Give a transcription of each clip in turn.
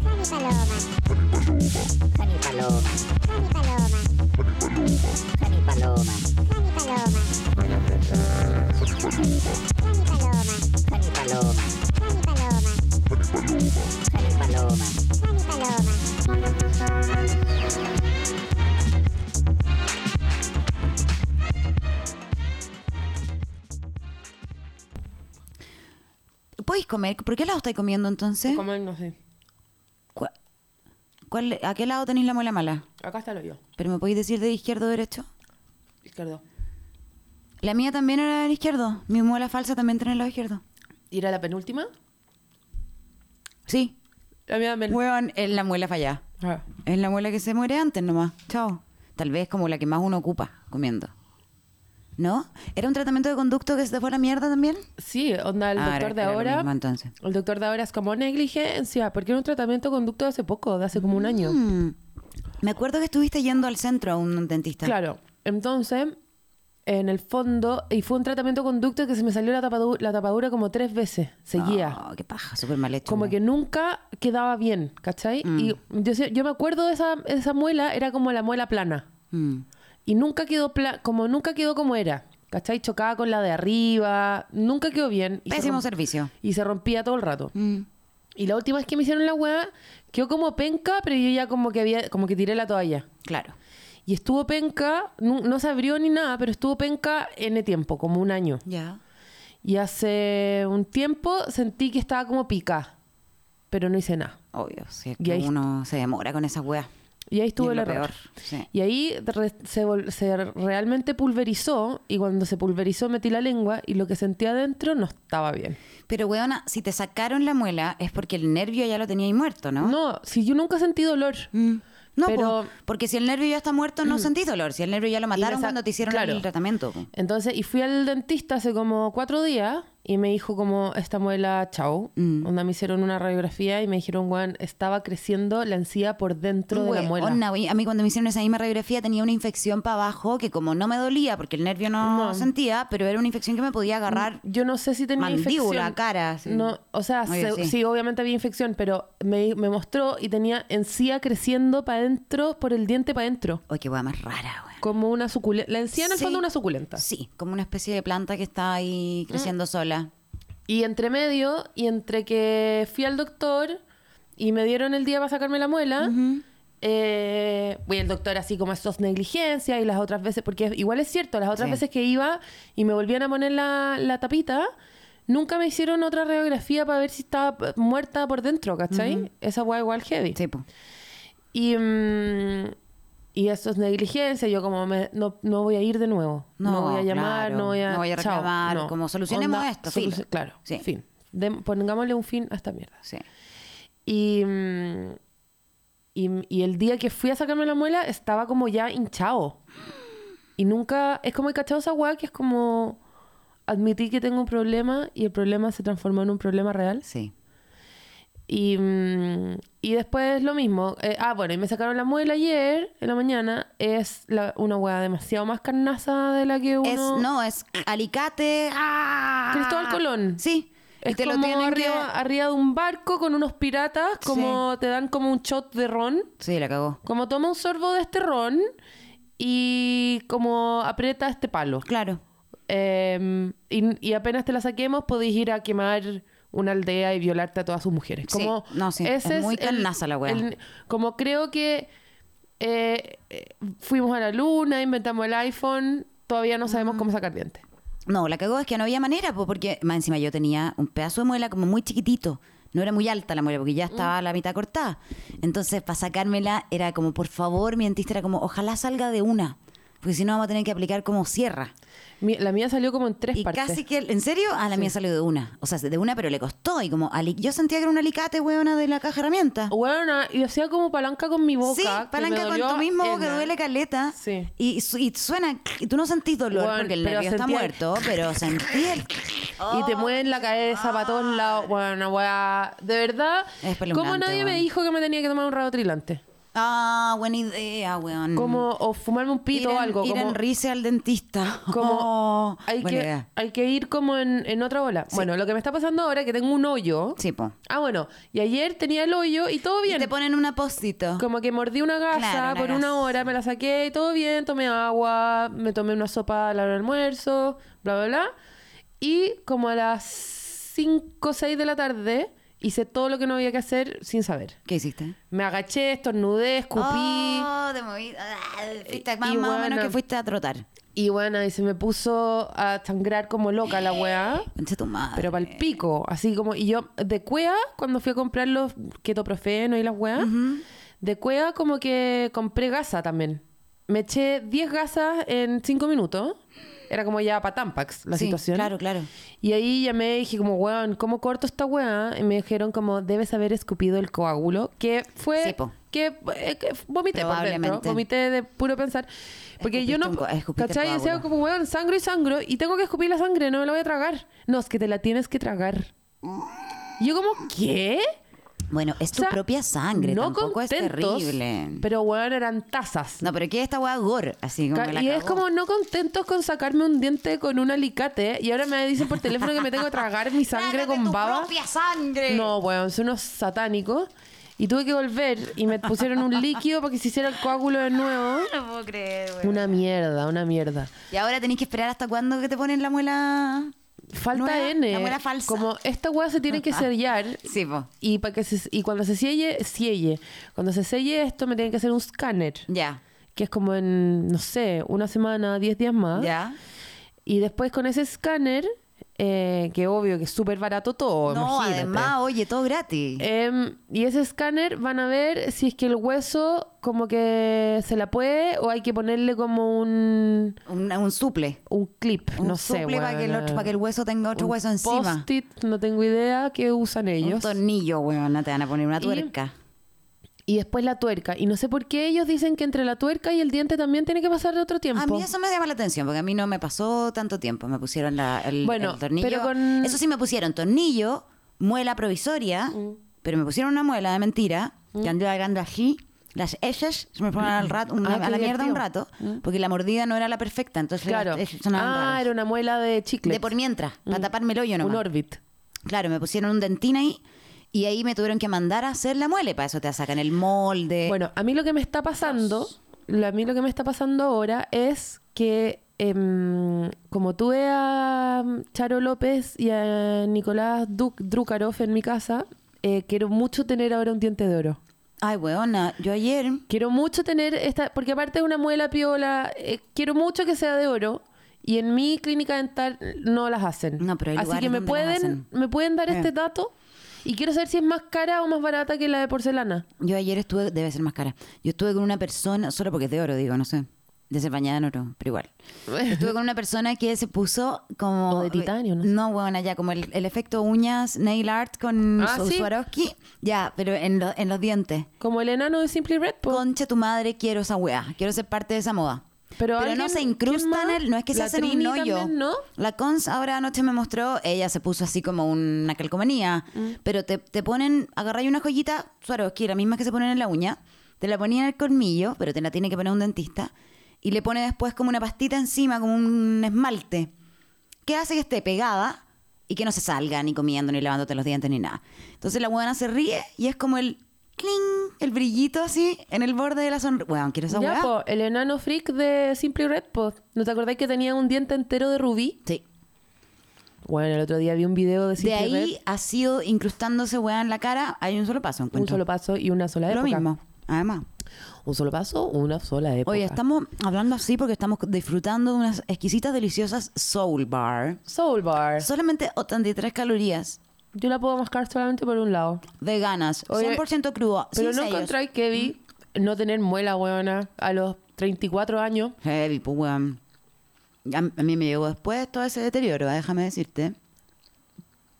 Dani Paloma. Dani Paloma. Dani Paloma. Dani Paloma. Dani Paloma. Dani Paloma. Dani Paloma. Dani Paloma. Dani Paloma. Dani Paloma. ¿Podéis comer? ¿Por qué lado estáis comiendo entonces? Como no sé. ¿Cuál, cuál- a qué lado tenéis la muela mala? Acá está el hoyo. ¿Pero me podéis decir de izquierdo o derecho? Izquierdo. La mía también era del izquierdo. Mi muela falsa también tiene el lado izquierdo. ¿Y era la penúltima? Sí. La mía men- Hueón, es la muela fallada. Ah. Es la muela que se muere antes nomás. Chao. Tal vez como la que más uno ocupa comiendo. ¿No? ¿Era un tratamiento de conducto que se te fue a la mierda también? Sí, onda, el Ah, doctor era- de era lo ahora. mismo, entonces. El doctor de ahora es como negligencia, porque era un tratamiento de conducto de hace poco, de hace como un año. Mm. Me acuerdo que estuviste yendo al centro a un dentista. Claro. Entonces, en el fondo, y fue un tratamiento de conducto que se me salió la, tapadu- la tapadura como tres veces, seguía. Oh, qué Mm. paja, súper mal hecho. Como que nunca quedaba bien, ¿cachai? Y yo, sé- yo me acuerdo de esa, esa muela, era como la muela plana. Mm. Y nunca quedó pla- como nunca quedó como era. ¿Cachai? Chocaba con la de arriba, nunca quedó bien. y se Pésimo romp- servicio. Y se rompía todo el rato. Mm. Y la última vez que me hicieron la weá, quedó como penca, pero yo ya como que había, como que tiré la toalla. Claro. Y estuvo penca, nu- no, se abrió ni nada, pero estuvo penca N tiempo, como un año. Ya. Y hace un tiempo sentí que estaba como pica, pero no hice nada. Obvio, si es Y que ahí- uno se demora con esa wea. Y ahí Y estuvo es el lo error. peor, sí. Y ahí re- se, vol- se realmente pulverizó y cuando se pulverizó metí la lengua y lo que sentí adentro no estaba bien. Pero, weona, si te sacaron la muela es porque el nervio ya lo teníais muerto, ¿no? No, si yo nunca sentí dolor. Mm. No, Pero- Mm. po, porque si el nervio ya está muerto, no sentís dolor. Si el nervio ya lo Y me mataron sa- cuando te hicieron claro. el tratamiento. po. Entonces, y fui al dentista hace como cuatro días y me dijo como esta muela, chau. Mm. Onda me hicieron una radiografía y me dijeron, weón, estaba creciendo la encía por dentro de la muela. Weona, wey, a mí cuando me hicieron esa misma radiografía tenía una infección para abajo que como no me dolía porque el nervio no, No. sentía, pero era una infección que me podía agarrar. Yo no sé si tenía Mandíbula, infección. cara, sí. No, o sea, Obvio, se- sí. sí. obviamente había infección, pero me, me mostró y tenía encía creciendo para adentro, por el diente para adentro. Oye, qué weá más rara, weón. Como una suculenta. La encía en el fondo es una suculenta. Sí, como una especie de planta que está Ah. ahí creciendo sola. Y entre medio, y entre que fui al doctor y me dieron el día para sacarme la muela, eh, voy al doctor así como esos negligencia y las otras veces, porque igual es cierto, las otras Sí. veces que iba y me volvían a poner la, la tapita, nunca me hicieron otra radiografía para ver si estaba p- muerta por dentro, ¿cachai? Esa hueá igual heavy. Sí, po. Y, mm, y eso es negligencia. Yo como me- no, no voy a ir de nuevo. No, No, voy a llamar, claro. no voy a... No voy a chao, reclamar, no. como solucionemos esto, fin. Claro, Sí. fin. Dem- pongámosle un fin a esta mierda. Sí. Y, mm, y, y el día que fui a sacarme la muela estaba como ya hinchado. Y nunca... Es como he cachado esa weá que es como... Admití que tengo un problema y el problema se transformó en un problema real. Sí. Y, mm, y después lo mismo. Eh, ah, bueno, y me sacaron la muela ayer, en la mañana. Es la- una hueá demasiado más carnaza de la que uno... Es, no, es alicate. ¡ah! Cristóbal Colón. Sí. Y Es te lo como tienen que- arriba, arriba de un barco con unos piratas, como te dan como un shot de ron. Sí, la cagó. Como toma un sorbo de este ron y como aprieta este palo. Claro. Eh, y, y apenas te la saquemos, podéis ir a quemar una aldea y violarte a todas sus mujeres. Sí, Como, no, sí, es muy el- carnaza la weá. el- Como creo que eh, eh, fuimos a la luna, inventamos el iPhone, todavía no sabemos cómo sacar dientes. No, la cagó es que no había manera, po, porque más encima yo tenía un pedazo de muela como muy chiquitito. No era muy alta la muela, porque Mm. ya estaba la mitad cortada. Entonces, para sacármela, era como, por favor, mi dentista era como, ojalá salga de una. Porque si no, vamos a tener que aplicar como sierra. Mi- la mía salió como en tres Y partes. casi que, ¿en serio? Ah, la mía salió de una. O sea, de una, pero le costó. Y como, ali- yo sentía que era un alicate, weona, de la caja de herramientas. Bueno, y hacía como palanca con mi boca. sí, que me palanca con dolió tu mismo que ena. duele caleta. Sí. Y, su- y suena, y tú no sentís dolor Weón, porque el pero nervio está sentía- muerto, pero sentí el... y Oh, te mueven la cabeza para todos lados. Bueno, weá. De verdad, Es espeluznante, ¿cómo nadie weón. me dijo que me tenía que tomar un rabo trilante? Ah, buena idea, weón. Como, o fumarme un ir pito en, o algo. Ir como, en risa al dentista. como Oh, hay, buena que, idea. hay que ir como en, en otra ola. Bueno, lo que me está pasando ahora es que tengo un hoyo. Sí, po. Ah, bueno, y ayer tenía el hoyo y todo Y bien. te ponen una postito. Como que mordí una gasa Claro, una por una gasa. hora, me la saqué y todo bien, tomé agua, me tomé una sopa a la hora del almuerzo, bla, bla, bla. Y como a las 5 o 6 de la tarde hice todo lo que no había que hacer sin saber. ¿Qué hiciste? Me agaché, estornudé, escupí. Oh, te moví. Ah, fuiste más, Eh, Y más o bueno. menos que fuiste a trotar. Y bueno, y se me puso a sangrar como loca la weá. Concha tu madre. Pero pa'l pico, así como... Y yo, de cuea, cuando fui a comprar los ketoprofeno y las weas, de cuea como que compré gasa también. Me eché 10 gasas en 5 minutos. Era como ya para Tampax la Sí, situación. Claro, claro. Y ahí llamé y dije como, weón, ¿cómo corto esta weá? Y me dijeron como, debes haber escupido el coágulo, que fue... Sí, po. que, eh, que vomité por dentro, Probablemente. vomité de puro pensar. Porque yo no... Escupiste un co- escupiste ¿Cachai? Yo decía coágulo. como, weón, sangro y sangro, y tengo que escupir la sangre, no me la voy a tragar. No, es que te la tienes que tragar. Y yo como, ¿qué? Bueno, es tu O sea, propia sangre. No Tampoco es contentos, terrible. Pero, weón, eran tazas. No, pero ¿qué es esta weá gore? Así como Ca- que la y es cagó. como no contentos con sacarme un diente con un alicate y ahora me dicen por teléfono que me tengo que tragar mi sangre Trágate con tu baba. propia sangre. No, weón, son unos satánicos. Y tuve que volver y me pusieron un líquido para que se hiciera el coágulo de nuevo. No puedo creer, weón. Una mierda, una mierda. Y ahora tenéis que esperar hasta cuándo que te ponen la muela. Falta Nueva, N. la muela falsa. Como esta weá se tiene que sellar. Sí, po. Y, para que se- y cuando se selle, selle. Cuando se selle esto, me tienen que hacer un escáner. Ya. Que es como en, no sé, una semana, 10 días más. Ya. Y después con ese escáner, eh, que obvio que es súper barato todo, no, imagínate. además, oye, todo gratis. Em, y ese escáner van a ver si es que el hueso como que se la puede o hay que ponerle como un, un, un suple. un clip, Un no sé. suple para que, el weona. otro- para que el hueso tenga otro Un hueso encima. Post-it, no tengo idea qué usan Un ellos. tornillo, weón. Te van a poner una Y- tuerca. Y después la tuerca. Y no sé por qué ellos dicen que entre la tuerca y el diente también tiene que pasar de otro tiempo. A mí eso me llama la atención, porque a mí no me pasó tanto tiempo. Me pusieron la- el, Bueno, el tornillo. pero con- Eso sí, me pusieron tornillo, muela provisoria, pero me pusieron una muela de mentira, Mm. que anduve agarrando así. Las heces se me fueron al rato, una- Ah, a qué la mierda un divertido. Mm. rato, porque la mordida no era la perfecta, entonces Claro. las heces sonaban ah, raras. era una muela de chicle. De por mientras, para taparme el hoyo nomás. Un orbit. Claro, me pusieron un dentín ahí y ahí me tuvieron que mandar a hacer la muela. y Para eso te sacan el molde. Bueno, a mí lo que me está pasando, lo, a mí lo que me está pasando ahora es que em, como tuve a mm, Charo López y a Nicolás Duk- Drukarov en mi casa, eh, quiero mucho tener ahora un diente de oro. Ay, weona, yo ayer. Quiero mucho tener esta, porque aparte de una muela piola, eh, quiero mucho que sea de oro. Y en mi clínica dental no las hacen. No, pero hay Así que lugares me donde las pueden, hacen. me pueden dar Eh. este dato. Y quiero saber si es más cara o más barata que la de porcelana. Yo ayer estuve, debe ser más cara. Yo estuve con una persona, solo porque es de oro, digo, no sé. De ser bañada en oro, pero igual. Estuve con una persona que se puso como. O de titanio, no sé. No, bueno, ya, como el, el efecto uñas, nail art con Ah, Sou ¿sí? Swarovski. Ya, pero en, lo- en los dientes. Como el enano de Simply Red. pues, po. Concha tu madre, quiero esa weá. Quiero ser parte de esa moda. Pero Pero, alguien- no se ¿quién incrustan, más? el, no es que se La hacen un Trini hoyo. también, ¿no? La Cons ahora anoche me mostró, ella se puso así como una calcomanía, Mm. pero te, te ponen, agarráis una joyita Swarovski, la misma que se ponen en la uña, te la ponía en el colmillo, pero te la tiene que poner un dentista, y le pone después como una pastita encima, como un esmalte, que hace que esté pegada y que no se salga ni comiendo, ni lavándote los dientes, ni nada. Entonces la buena se ríe y es como el cling, el brillito así en el borde de la sonrisa. Bueno, quiero esa Ya, weá. po, el enano freak de Simply Red. po. ¿No te acordáis que tenía un diente entero de rubí? Sí. Bueno, el otro día vi un video de Simply De ahí Red. ha sido incrustándose weá en la cara, hay un solo paso. Un encuentro. solo paso y una sola Lo época. mismo, además. Un solo paso, una sola época. Oye, estamos hablando así porque estamos disfrutando de unas exquisitas, deliciosas Soul Bar. Soul Bar. Solamente 83 calorías Yo la puedo mascar solamente por un lado. veganas, Oye, 100% crudo, Pero sin no sellos. encontráis que vi Mm. no tener muela, weona, a los 34 años. Heavy, pues, weón. A, a mí me llegó después todo ese deterioro, ah, déjame decirte.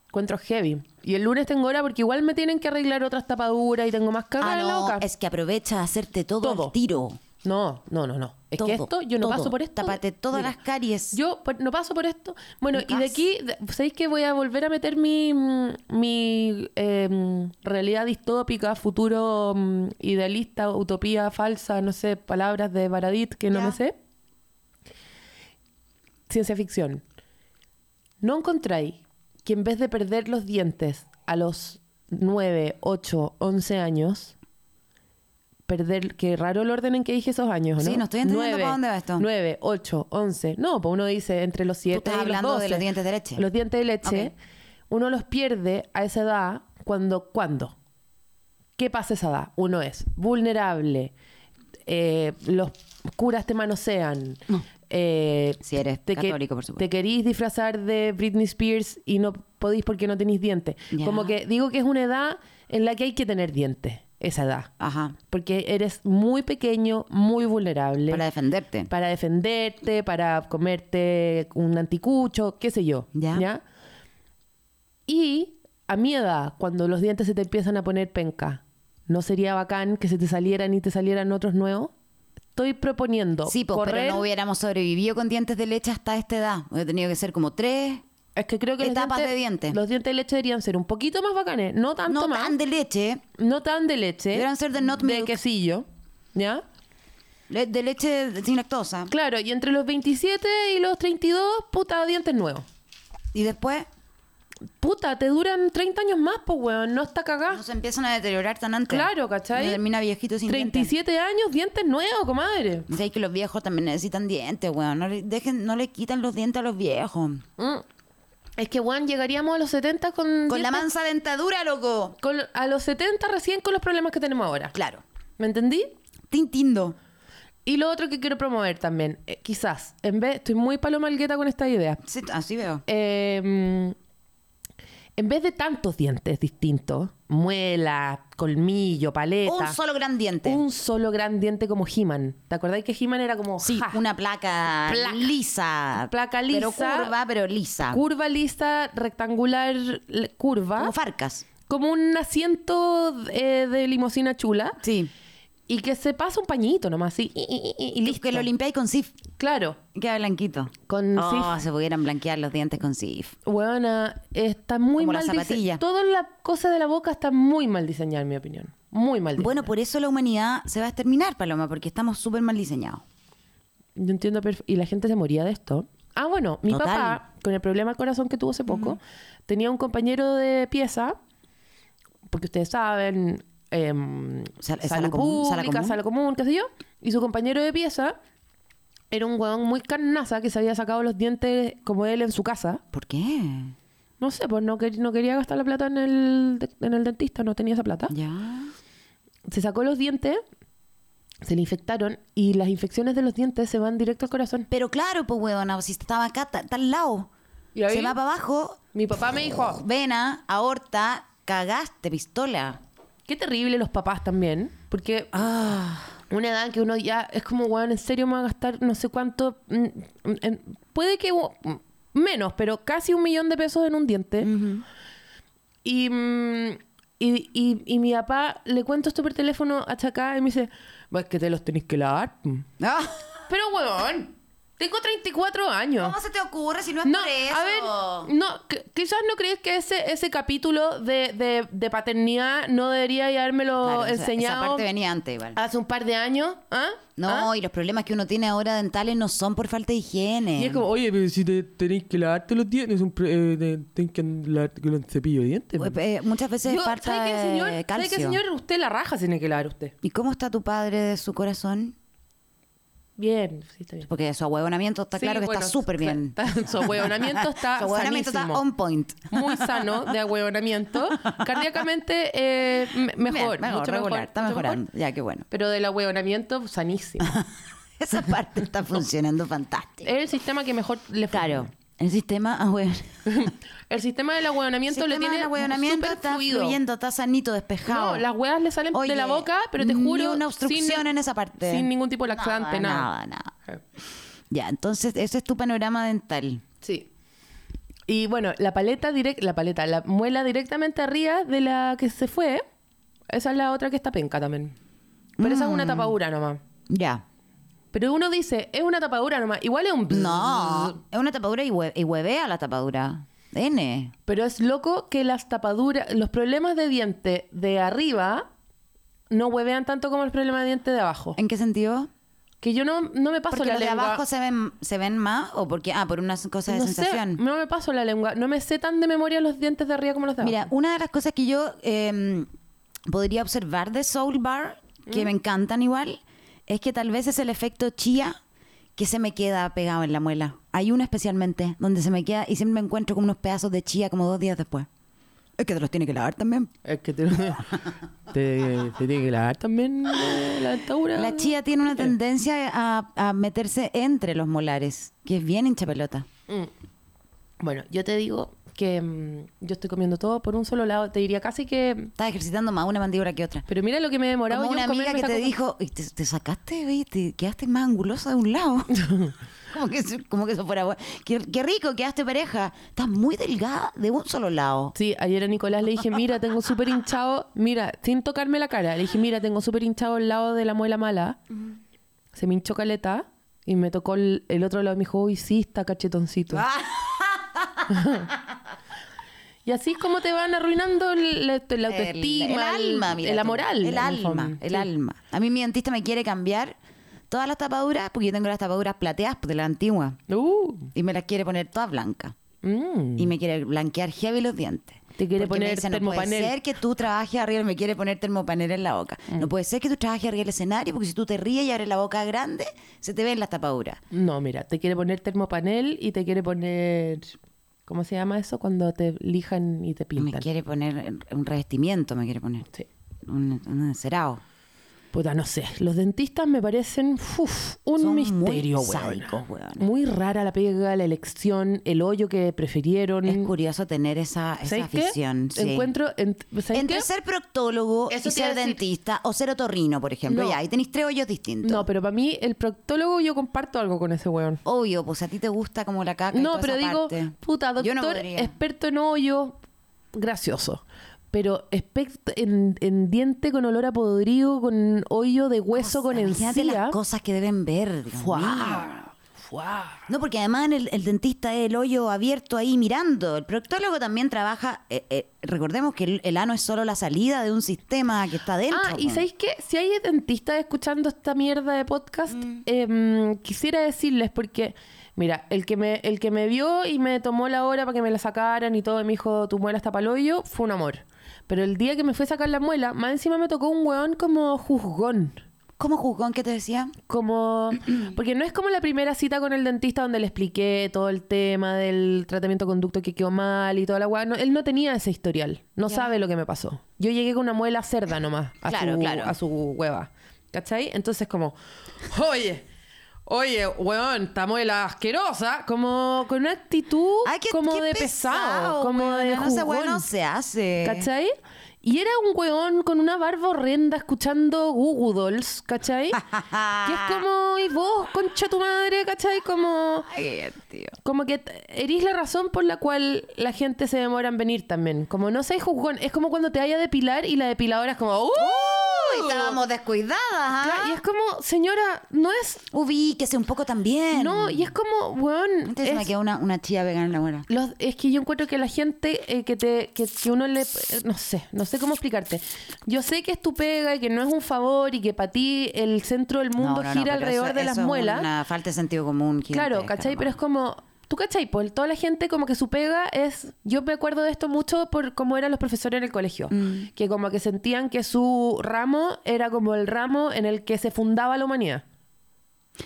Encuentro heavy. Y el lunes tengo hora porque igual me tienen que arreglar otras tapaduras y tengo más carga Ah, en la no, boca. es que aprovecha a hacerte todo, Todo. al tiro. No, no, no, no. Es Todo, que esto, yo no todo. paso por esto. Tápate todas Mira, las caries. Yo por- no paso por esto. Bueno, y de Lucas. aquí, de- ¿sabéis que voy a volver a meter mi, mm, mi em, realidad distópica, futuro mm, idealista, utopía falsa, no sé, palabras de Baradit que no Ya. me sé? Ciencia ficción. ¿No encontráis que en vez de perder los dientes a los 9, 8, 11 años, perder, qué raro el orden en que dije esos años, ¿no? Sí, no estoy entendiendo Nueve, para dónde va esto. 9, 8, 11. No, pues uno dice entre los 7 estás y hablando los 12. de los dientes de leche. Los dientes de leche, Ok. uno los pierde a esa edad cuando, ¿cuándo? ¿Qué pasa a esa edad? Uno es vulnerable, eh, los curas te manosean, eh, Si eres te que- católico, por Te supuesto. querís disfrazar de Britney Spears y no podís porque no tenéis dientes. Ya. Como que digo que es una edad en la que hay que tener dientes, esa edad. Ajá. Porque eres muy pequeño, muy vulnerable. Para defenderte. Para defenderte, para comerte un anticucho, qué sé yo. Ya. Y a mi edad, cuando los dientes se te empiezan a poner penca, ¿no sería bacán que se te salieran y te salieran otros nuevos? Estoy proponiendo Sí, pues, correr- pero no hubiéramos sobrevivido con dientes de leche hasta esta edad. Hubiera tenido que ser como tres. Es que creo que los etapas de dientes. Los dientes de leche deberían ser un poquito más bacanes, no tanto No más, tan de leche. no tan de leche, Deberían ser de not milk. quesillo, ¿ya? le- De leche sin lactosa. Claro, y entre los 27 y los 32, puta, dientes nuevos. Y después Puta, te duran 30 años más, pues, weón. No está cagá. no se empiezan a deteriorar tan antes. Claro, ¿cachai? Uno termina viejito sin dientes. 37 años, dientes nuevos, comadre. O sea, es que los viejos también necesitan dientes, weón. No le, dejen, no le quitan los dientes a los viejos. Mm. Es que, weón, llegaríamos a los 70 con... Con la dientes- mansa dentadura, loco. con- a los 70 recién con los problemas que tenemos ahora. Claro. ¿Me entendí? Tintindo. Y lo otro que quiero promover también, eh, quizás, en vez, estoy muy palomalgueta con esta idea. Sí, así veo. Eh, mm, en vez de tantos dientes distintos, muela, colmillo, paleta. Un solo gran diente. un solo gran diente como He-Man. ¿Te acordáis que He-Man era como Sí, ja, una placa, Placa. lisa. Placa Pero lisa. curva, pero lisa. curva lista, rectangular, le- curva, Como Farcas. como un asiento eh, de limosina chula Sí. y que se pasa un pañito nomás así y, y- y- y listo. Que lo limpiáis con SIF. Claro. Queda blanquito. Con Oh, Cif. se pudieran blanquear los dientes con SIF. Buena, está muy Como la mal zapatilla. diseñada. Toda la cosa de la boca está muy mal diseñada, en mi opinión. Muy mal diseñada. Bueno, por eso la humanidad se va a exterminar, Paloma, porque estamos súper mal diseñados. Yo entiendo perf- Y la gente se moría de esto. Ah, bueno, mi Total. papá, con el problema al corazón que tuvo hace poco, tenía un compañero de pieza, porque ustedes saben, em, Sal- salud sala común, sala pública, común. sala común, qué sé yo, y su compañero de pieza era un huevón muy carnaza que se había sacado los dientes como él en su casa. ¿Por qué? No sé, pues no, quer- no quería gastar la plata en el, de- en el dentista, no tenía esa plata Ya. se sacó los dientes, se le infectaron y las infecciones de los dientes se van directo al corazón. Pero claro, pues, huevona, si estaba acá, ta- está al lado. ¿Y ahí? Se va para abajo, Mi papá me dijo, vena, aorta, cagaste, pistola. qué terrible los papás también, porque Ah, una edad que uno ya es como, weón, en serio me va a gastar no sé cuánto, mm, mm, en- puede que mm, menos, pero casi un millón de pesos en un diente. Y, mm, y, y- y mi papá le cuento esto por teléfono a Chacá y me dice, pues que te los tenés que lavar. Pero, weón, tengo 34 años. ¿Cómo se te ocurre si no es No, por eso? a ver, no, qu- quizás no crees que ese, ese capítulo de, de, de paternidad no debería habérmelo Claro, esa- enseñado Esa parte venía antes, igual. hace un par de años. ¿ah? No, ¿Ah? y los problemas que uno tiene ahora dentales no son por falta de higiene. Y es como, oye, pero si te, tenéis que lavarte los dientes, un, pro- eh, te- tenés que lavarte con un cepillo de dientes. Eh, eh, muchas veces Yo- ¿sabe falta qué, de señor? ¿Sabe qué, calcio. señor? Usted la raja tiene que lavar usted. ¿Y cómo está tu padre de su corazón? Bien, sí, está bien. Porque su ahuevonamiento está Sí, claro que bueno, está súper bien. está- su ahueonamiento está Su ahueonamiento está sanísimo. on point. Muy sano de ahueonamiento. Cardíacamente, eh, me- mejor. Bien, mejor, mucho regular, mejor. está mucho mejor. mejorando. Ya, qué bueno. Pero del ahueonamiento, sanísimo. Esa parte está funcionando fantástico. Es el sistema que mejor le Claro, funciona. el sistema ahueon- El sistema del El ahueonamiento sistema le tiene del ahueonamiento súper está fluido. fluyendo, está sanito, despejado. No, las huevas le salen de la Oye, boca, pero te ni juro... una obstrucción sin- en esa parte. Sin ningún tipo de laxante, nada. Nada, nada. Ya, entonces ese es tu panorama dental. Sí. Y bueno, la paleta directa... La paleta, la muela directamente arriba de la que Mm. se fue. Esa es la otra que está penca también. Pero esa es una tapadura nomás. Ya. Pero uno dice, es una tapadura nomás. Igual es un... bzzz. No, es una tapadura y, hue- y huevea la tapadura. N. Pero es loco que las tapaduras, los problemas de diente de arriba no huevean tanto como el problema de diente de abajo. ¿En qué sentido? Que yo no, no me paso ¿Porque la los de lengua. abajo se ven, se ven más o porque, ah, por una cosa de no, sé, sensación? no me paso la lengua. No me sé tan de memoria los dientes de arriba como los de Mira, abajo. una de las cosas que yo eh, podría observar de Soul Bar, que Mm. me encantan igual, es que tal vez es el efecto chía que se me queda pegado en la muela. Hay uno especialmente donde se me queda y siempre me encuentro con unos pedazos de chía como dos días después. Es que te los tiene que lavar también. Es que te, te, te tiene que lavar también eh, la dentadura. La chía tiene una tendencia a, a meterse entre los molares, que es bien hincha pelota. Mm. Bueno, yo te digo que mm, yo estoy comiendo todo por un solo lado. Te diría casi que... Estás ejercitando más una mandíbula que otra. Pero mira lo que me he demorado Como yo una en amiga comerme que esa te dijo, cosa. "Y te, te sacaste, ve, y te quedaste más angulosa de un lado. como, que, eso- como que eso fuera bueno. Qué, qué rico, quedaste pareja. Estás muy delgada de un solo lado. Sí, ayer a Nicolás le dije, mira, tengo súper hinchado, mira, sin tocarme la cara, le dije, mira, tengo súper hinchado el lado de la muela mala. Se me hinchó caleta y me tocó el, el otro lado y me dijo, uy, sí, está cachetoncito. Ah. y así es como te van arruinando el- la, la autoestima, el, el alma, mira. la tú. moral. El en el alma, fondo. el Sí. alma. A mí mi dentista me quiere cambiar todas las tapaduras, porque yo tengo las tapaduras plateadas pues, de la antigua. Uh, Y me las quiere poner todas blancas. mm. Y me quiere blanquear heavy los dientes. Te quiere Porque me poner dice, No termopanel". Mm. puede ser que tú trabajes arriba, me quiere poner termopanel en la boca. No puede ser que tú trabajes arriba del escenario, porque si tú te ríes y abres la boca grande, se te ven las tapaduras. No, mira, te quiere poner termopanel y te quiere poner... ¿Cómo se llama eso? Cuando te lijan y te Me pintan. quiere poner un revestimiento, me quiere poner. Sí. Un, un encerado. Puta, no sé. Los dentistas me parecen uf, un Son muy misterio, Mm. weón. sádicos, weona. Muy rara la pega, la elección, el hoyo que prefirieron. Es curioso tener esa, esa ¿Sabes qué? afición. sí. Encuentro. en- ¿sabes Entre qué? ser proctólogo Eso y te iba ser a decir. dentista o ser otorrino, por ejemplo. No. Ya, ahí tenéis tres hoyos distintos. No, pero para mí, el proctólogo, yo comparto algo con ese weón. Obvio, pues a ti te gusta como la caca. y No, toda pero esa digo, parte. puta, Yo doctor, no podría. experto en hoyo, gracioso. Pero experto en, en diente con olor a podrido, con hoyo de hueso, con Imagínate encía. las cosas que deben ver. Dios mío. ¡Fuá! ¡Fuá! No, porque además el, el dentista es el hoyo abierto ahí mirando. El proctólogo también trabaja. eh, eh, recordemos que el, el ano es solo la salida de un sistema que está dentro. Ah, y po. ¿sabéis qué? Si hay dentistas escuchando esta mierda de podcast, em, quisiera decirles porque, mira, el que, me, el que me vio y me tomó la hora para que me la sacaran y todo, y me dijo, tu muela está pa'l hoyo, fue un amor. Pero el día que me fue a sacar la muela, más encima me tocó un weón como juzgón. ¿Cómo juzgón que te decía? Como, porque no es como la primera cita con el dentista donde le expliqué todo el tema del tratamiento de conducto que quedó mal y toda la weá. No, él no tenía ese historial. No sabe lo que me pasó. Yo llegué con una muela cerda nomás a, Claro, su, claro. a su hueva. ¿Cachai? Entonces, como, oye, oye, weón, esta muela asquerosa. Como con una actitud Ay, qué- Uh, como qué de pesado, como weona, de no, esa weá juzgón. no se hace. ¿Cachai? Y era un weón con una barba horrenda escuchando Google Dolls, ¿cachai? Ah, que es como, y vos, concha tu madre, ¿cachai? Como, Ay, tío. como que t- erís la razón por la cual la gente se demora en venir también. Como no seas juzgón. Es como cuando te vaya a depilar y la depiladora es como, ¡Uh! Uy, estábamos descuidadas, ¿ah? Claro, Y es como, señora, no es. Ubíquese un poco también. No, y es como, weón. Em. Antes se me es- quedó una, una chía vegana en la muela. Los- es que yo encuentro que la gente eh, que te que, que uno le eh, no sé no sé cómo explicarte yo sé que es tu pega y que no es un favor y que para ti el centro del mundo No, no, no, pero gira alrededor eso- de las eso es muelas Una falta de sentido común. claro gigantesca, ¿cachai? ¿no? pero es como tú ¿cachai? pues toda la gente como que su pega es yo me acuerdo de esto mucho por cómo eran los profesores en el colegio Mm. que como que sentían que su ramo era como el ramo en el que se fundaba la humanidad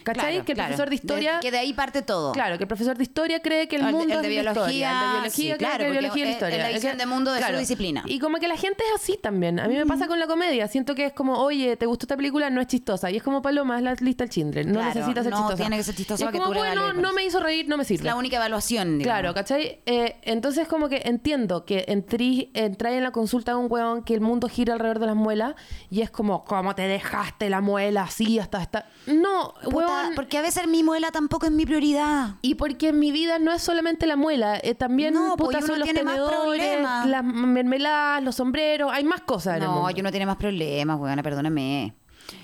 ¿cachai? Claro, que el claro. profesor de historia que de ahí parte todo. Claro, que el profesor de historia cree que el, O Oh. el de- el mundo es de la biología, historia, el de biología, sí, cree claro, que la porque biología es la es- historia. es la que- visión de mundo de su disciplina. Y como que la gente es así también. A mí me pasa con la comedia. Siento que es como, oye, ¿te gustó esta película? No es chistosa. Y es como Paloma, es la lista del Chindren. No Claro, necesitas ser no chistosa. tiene que ser chistosa Y es para que como, tú le bueno, valores. no me hizo reír, no me Es sirve. la única evaluación. digamos. Claro, ¿cachai? Eh, entonces como que entiendo que entrí, entré en la consulta de un huevón que el mundo gira alrededor de las muelas y es como, ¿cómo te dejaste la muela así hasta... hasta... No, Puta, huevón, porque a veces mi muela tampoco es mi prioridad. y porque en mi vida no es solamente la muela, eh, también No, pues, puta, y uno son los tiene más tenedores, problemas. las mermeladas, los sombreros, hay más cosas en el No, mundo. yo no tiene más problemas, weona, perdóname.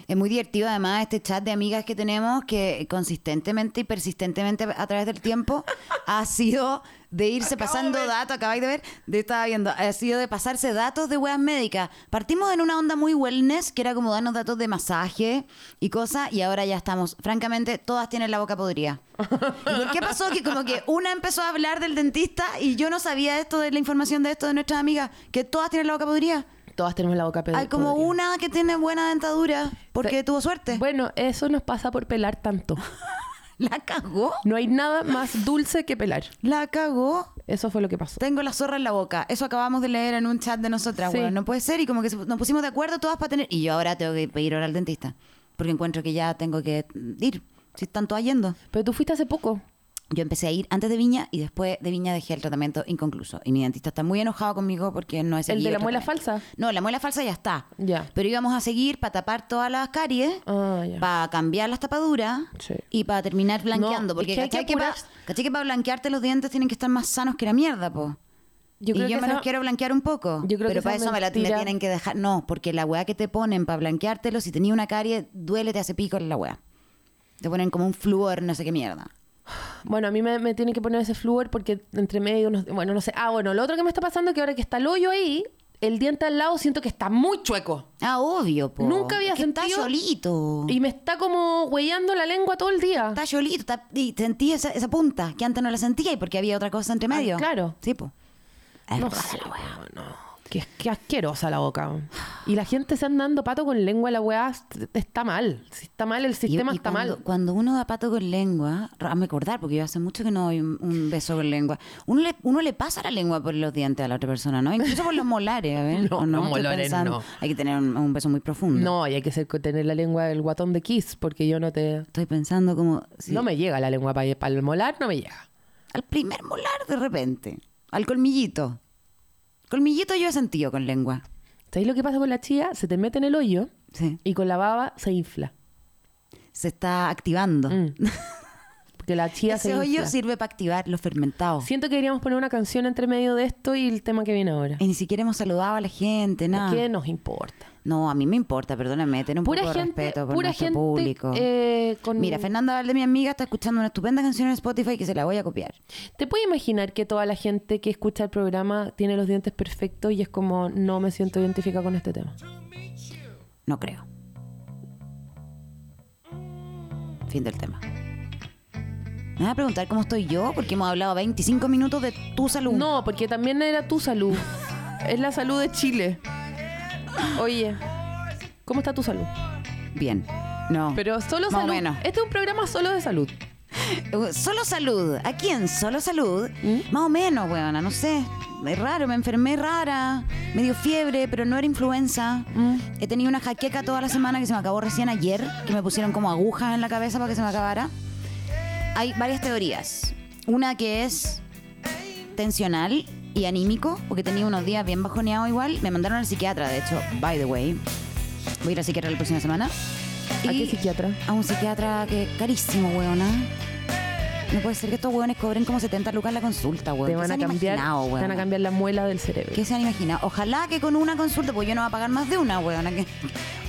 Es muy divertido además este chat de amigas que tenemos que consistentemente y persistentemente a través del tiempo ha sido de irse pasando datos, acabáis de ver, de estaba viendo, ha sido de pasarse datos de weas médicas. Partimos en una onda muy wellness, que era como darnos datos de masaje y cosas, y ahora ya estamos, francamente, todas tienen la boca podrida. ¿Y por qué pasó que como que una empezó a hablar del dentista y yo no sabía esto de la información de esto de nuestras amigas, que todas tienen la boca podrida? Todas tenemos la boca pe- Hay como podrida. una que tiene buena dentadura porque Pe- tuvo suerte. Bueno, eso nos pasa por pelar tanto. La cagó. No hay nada más dulce que pelar. La cagó. Eso fue lo que pasó. Tengo la zorra en la boca. Eso acabamos de leer en un chat de nosotras. Sí. weón. no puede ser. Y como que se- nos pusimos de acuerdo todas para tener. Y yo ahora tengo que pedir hora al dentista. Porque encuentro que ya tengo que ir. Si están todas yendo. Pero tú fuiste hace poco. Yo empecé a ir antes de Viña y después de Viña dejé el tratamiento inconcluso. Y mi dentista está muy enojado conmigo porque no es ¿El de la muela falsa? No, la muela falsa ya está. Ya. Pero íbamos a seguir para tapar todas las caries, Ah, ya. para cambiar las tapaduras Sí. y para terminar blanqueando. No, porque es que hay que ¿cachai que pa- apurarse. ¿cachai que para blanquearte los dientes tienen que estar más sanos que la mierda, po? Yo creo y yo que me esa- los quiero blanquear un poco. Yo creo que pero para esa eso me, la, me mentira- tienen que dejar. No, porque la weá que te ponen para blanqueártelo, si tenía una carie, duele, te hace pico en la weá. Te ponen como un flúor, no sé qué mierda. Bueno, a mí me, me tienen que poner ese flúor porque entre medio, no- bueno, no sé. Ah, bueno, lo otro que me está pasando es que ahora que está el hoyo ahí, el diente al lado siento que está muy chueco. Ah, obvio, po. Nunca había Es que Está sentido- solito. Y me está como huellando la lengua todo el día. Está solito. está- Y sentí esa, esa punta, que antes no la sentía y porque había otra cosa entre medio. claro. Sí, po. Es No rara sé, la weá. weón, no. Qué, qué asquerosa la boca. weón. Y la gente se anda dando pato con lengua, la weá est- está mal. Si está mal, el Y- sistema y está cuando, mal. Cuando uno da pato con lengua, a me acordar, porque yo hace mucho que no doy un, un beso con lengua. Uno le, uno le pasa la lengua por los dientes a la otra persona, ¿no? Incluso por los molares, a ver. No, ¿o los Estoy molares pensando. no. Hay que tener un, un beso muy profundo. No, y hay que ser- tener la lengua del guatón de Kiss, porque yo no te. Estoy pensando como. si- No me llega la lengua para el molar, no me llega. Al primer molar, de repente. Al colmillito. Colmillito yo he sentido con lengua. ¿Sabéis lo que pasa con la chía? Se te mete en el hoyo Sí. y con la baba se infla. Se está activando. Mm. Porque la chía se Ah. Ese hoyo infla. sirve para activar los fermentados. Siento que deberíamos poner una canción entre medio de esto y el tema que viene ahora. Y ni siquiera hemos saludado a la gente, nada. ¿Qué nos importa? No, a mí me importa, perdóname, tener un Pura poco de gente, respeto por pura nuestro gente público. eh, con... Mira, Fernanda Valde, mi amiga, está escuchando una estupenda canción en Spotify que se la voy a copiar. ¿Te puedes imaginar que toda la gente que escucha el programa tiene los dientes perfectos y es como, no me siento identificada con este tema? No creo. Fin del tema. Me vas a preguntar cómo estoy yo, porque hemos hablado 25 minutos de tu salud. No, porque también era tu salud. es la salud de Chile. Oye, ¿cómo está tu salud? Bien. No. Pero solo Más o salud. menos. Este es un programa solo de salud. Eh, uh, Solo salud. Aquí en Solo Salud, ¿Mm? más o menos, weona, no sé. Es raro, me enfermé rara, me dio fiebre, pero no era influenza. He tenido una jaqueca toda la semana que se me acabó recién ayer, que me pusieron como agujas en la cabeza para que se me acabara. Hay varias teorías. Una que es tensional y anímico, porque tenía unos días bien bajoneados igual. Me mandaron al psiquiatra, de hecho, by the way. Voy a ir al psiquiatra la próxima semana. ¿A Y- qué psiquiatra? a un psiquiatra que carísimo, weona. No puede ser que estos weones cobren como 70 lucas la consulta, weón. Te ¿Qué van se a han cambiar, imaginado, te van weona? a cambiar la muela del cerebro. ¿Qué se han imaginado? Ojalá que con una consulta, pues yo no voy a pagar más de una, weona. que-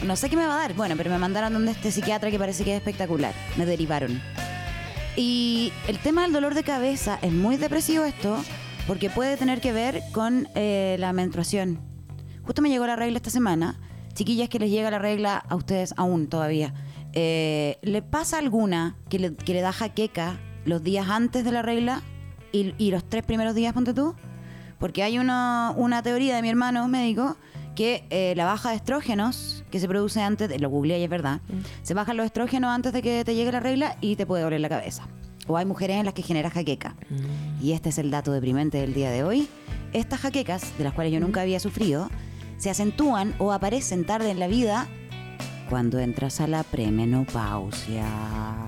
no sé qué me va a dar. Bueno, pero me mandaron donde este psiquiatra que parece que es espectacular. Me derivaron. Y el tema del dolor de cabeza es muy depresivo esto, porque puede tener que ver con eh, la menstruación. Justo me llegó la regla esta semana. Chiquillas que les llega la regla a ustedes aún todavía. Eh, ¿Le pasa alguna que le, que le da jaqueca los días antes de la regla y, y los tres primeros días, ponte tú? Porque hay una, una teoría de mi hermano médico que eh, la baja de estrógenos que se produce antes, de, lo googleé y es verdad, Mm. se bajan los estrógenos antes de que te llegue la regla y te puede doler la cabeza. O hay mujeres en las que genera jaqueca. Y este es el dato deprimente del día de hoy. Estas jaquecas, de las cuales yo nunca había sufrido, se acentúan o aparecen tarde en la vida cuando entras a la premenopausia.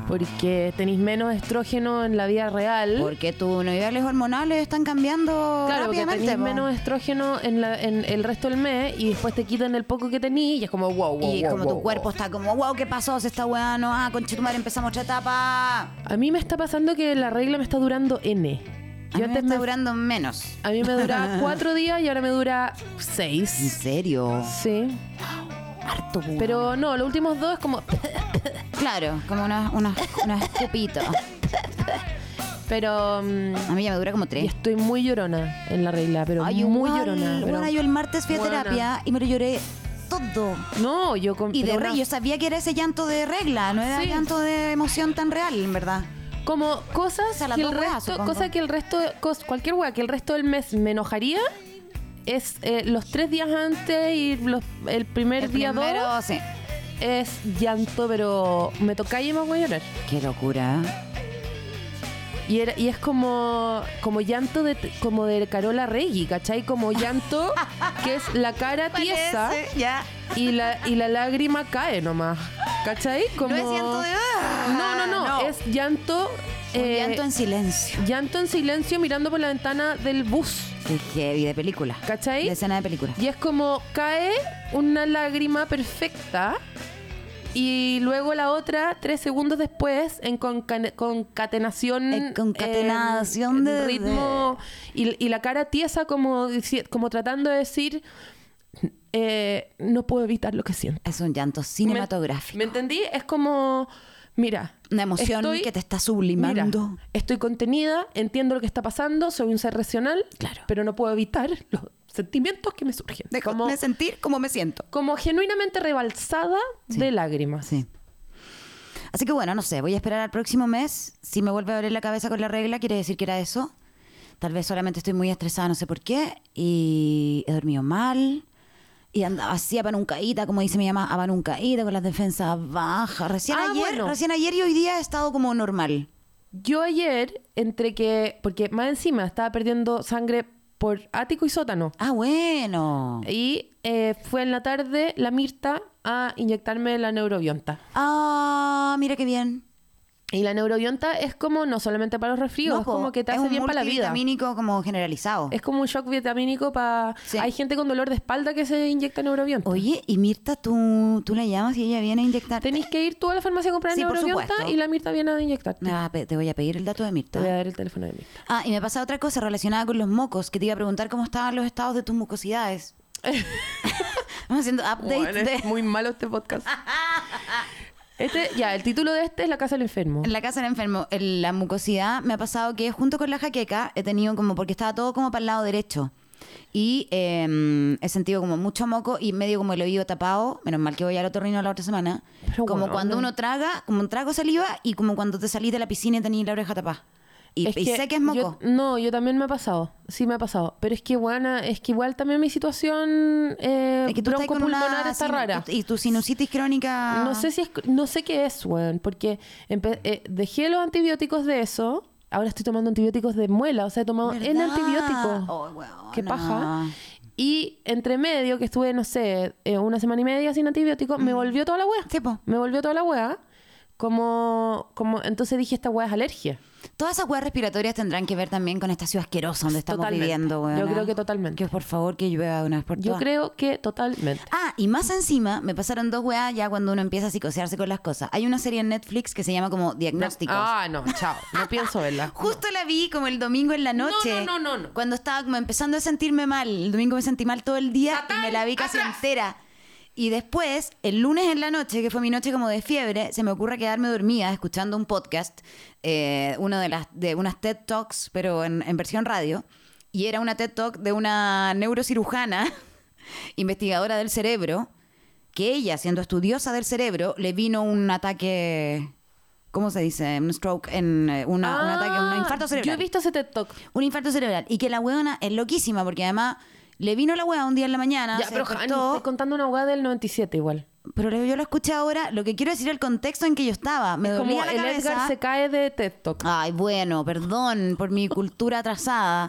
Pues, Porque tenéis menos estrógeno en la vida real. Porque tus niveles hormonales están cambiando Claro, porque rápidamente. tenís po. menos estrógeno en, la- en el resto del mes y después te quitan el poco que tenís y es como wow, wow, Y wow, como wow, tu cuerpo wow. está como, wow, ¿qué pasó? Se está weá, no, ah, conchetumar, empezamos otra etapa. A mí me está pasando que la regla me está durando N. A mí Yo me antes está me- durando menos. a mí me duraba cuatro días y ahora me dura ¿En seis. serio? Sí. harto, weón. Pero no, los últimos dos es como... Claro, como unos, unos, unos escupitos. Pero... mm, A mí ya me dura como y tres. estoy muy llorona en la regla, pero Ay, muy igual, llorona. pero- weona, yo el martes fui a Weona. terapia y me lo lloré todo. No, yo con... Y de pero una- re, yo sabía que era ese llanto de regla, no era Sí. llanto de emoción tan real, en verdad. Como cosas, sea, las que, el dos weas, resto, supongo. cosas que el resto, cos- cualquier wea que el resto del mes me enojaría es eh, los tres días antes y los- el primer día primero, dos sí. es llanto, pero me toca y me voy a llorar. Qué locura. Y, era- y es como, como llanto de, como de Carola Reggi, ¿cachai? Como llanto que es la cara tiesa Parece, ya. y la, y la lágrima cae nomás, ¿cachai? Como... No es llanto de. ah, No, no, no, es llanto... Un eh, llanto en silencio. llanto en silencio mirando por la ventana del bus. Qué heavy de película. ¿Cachai? De escena de película. Y es como cae una lágrima perfecta y luego la otra tres segundos después en conca- concatenación En concatenación eh, de- ritmo y, y la cara tiesa como, dici- como tratando de decir eh, no puedo evitar lo que siento. Es un llanto cinematográfico. ¿Me, me entendí? Es como mira Una emoción estoy- que te está sublimando. Mira, estoy contenida, entiendo lo que está pasando, soy un ser racional, Claro. pero no puedo evitar los sentimientos que me surgen. Dejo como, de sentir como me siento. como genuinamente rebalsada de lágrimas. Sí. Así que bueno, no sé, voy a esperar al próximo mes. Si me vuelve a doler la cabeza con la regla, quiere decir que era eso. Tal vez solamente estoy muy estresada, no sé por qué. Y he dormido mal. Y andaba así abanuncaída, como dice mi mamá, abanuncaída, con las defensas bajas. Recién, Ah, ayer, bueno. recién ayer y hoy día he estado como normal. Yo ayer, entre que, porque más encima estaba perdiendo sangre por ático y sótano, Ah, bueno. y eh, fue en la tarde la Mirta a inyectarme la neurobionta. Ah, mira qué bien. Y la neurobionta es como no solamente para los resfríos, No, es po, como que te es hace un bien para la vida. multivitamínico como generalizado. Es como un shock vitamínico para... Sí. Hay gente con dolor de espalda que se inyecta neurobionta. Oye, y Mirta, ¿tú, tú la llamas y ella viene a inyectar. Tenéis que ir tú a la farmacia a comprar Sí, por neurobionta supuesto. y la Mirta viene a inyectarte. Me vas a pe- te voy a pedir el dato de Te voy a Mirta. dar el teléfono de Mirta. Ah, y me pasa otra cosa relacionada con los mocos, que te iba a preguntar cómo estaban los estados de tus mucosidades. Vamos haciendo updates Bueno, de- es muy malo este podcast. Este, ya, el título de este es La casa del enfermo. En la casa del enfermo, en la mucosidad, me ha pasado que junto con la jaqueca he tenido como, porque estaba todo como para el lado derecho. Y eh, he sentido como mucho moco y medio como el oído tapado. Menos mal que voy al otorrino la otra semana. Pero como bueno, cuando no. uno traga, como un trago saliva y como cuando te salís de la piscina y tenés la oreja tapada. Y, y sé que es moco. yo- eh, no, yo también me ha pasado. Sí, me ha pasado. Pero es que, buena, es que igual también mi situación eh, es que tú estás con broncopulmonar una está sinu- rara. tu- y tu sinusitis crónica. No sé si es, no sé qué es, weón, porque empe- eh, dejé los antibióticos de eso. Ahora estoy tomando antibióticos de muela, o sea, he tomado en ¿Verdad? antibiótico. Oh, weona. qué paja. Y entre medio, que estuve, no sé, eh, una semana y media sin antibiótico, me volvió toda la weá. Mm. Sí, po. Me volvió toda la weá. Como, como, entonces dije, esta weá es alergia. Todas esas weas respiratorias tendrán que ver también con esta ciudad asquerosa donde estamos Totalmente. viviendo, weona. Yo creo que totalmente. Que por favor que llueva de una vez por Yo todas. creo que totalmente. Ah, y más encima, me pasaron dos weas ya cuando uno empieza a psicosearse con las cosas. Hay una serie en Netflix que se llama como Diagnósticos. Ah, no, chao. No pienso verla. Justo la vi como el domingo en la No, noche. no, no, no, no. Cuando estaba como empezando a sentirme mal. El domingo me sentí mal todo el día Fatal, y me la vi casi atrás. entera. Y después, el lunes en la noche, que fue mi noche como de fiebre, se me ocurre quedarme dormida escuchando un podcast, eh, uno de, las, de unas TED Talks, pero en, en versión radio. Y era una TED Talk de una neurocirujana, investigadora del cerebro, que ella, siendo estudiosa del cerebro, le vino un ataque, ¿cómo se dice? Un stroke, en eh, una, un ataque, un Ah, infarto cerebral Yo he visto ese TED Talk. un infarto cerebral y que la weona es loquísima porque además le vino la weá un día en la mañana, ya, Ah, se pero Jani, despertó, estoy contando una weá del 97 igual. pero yo lo escuché ahora, lo que quiero decir es el contexto en que yo estaba, me Es como dolía la el Edgar cabeza. Ah. se cae de TED Talk. Ay, bueno, perdón por mi cultura atrasada.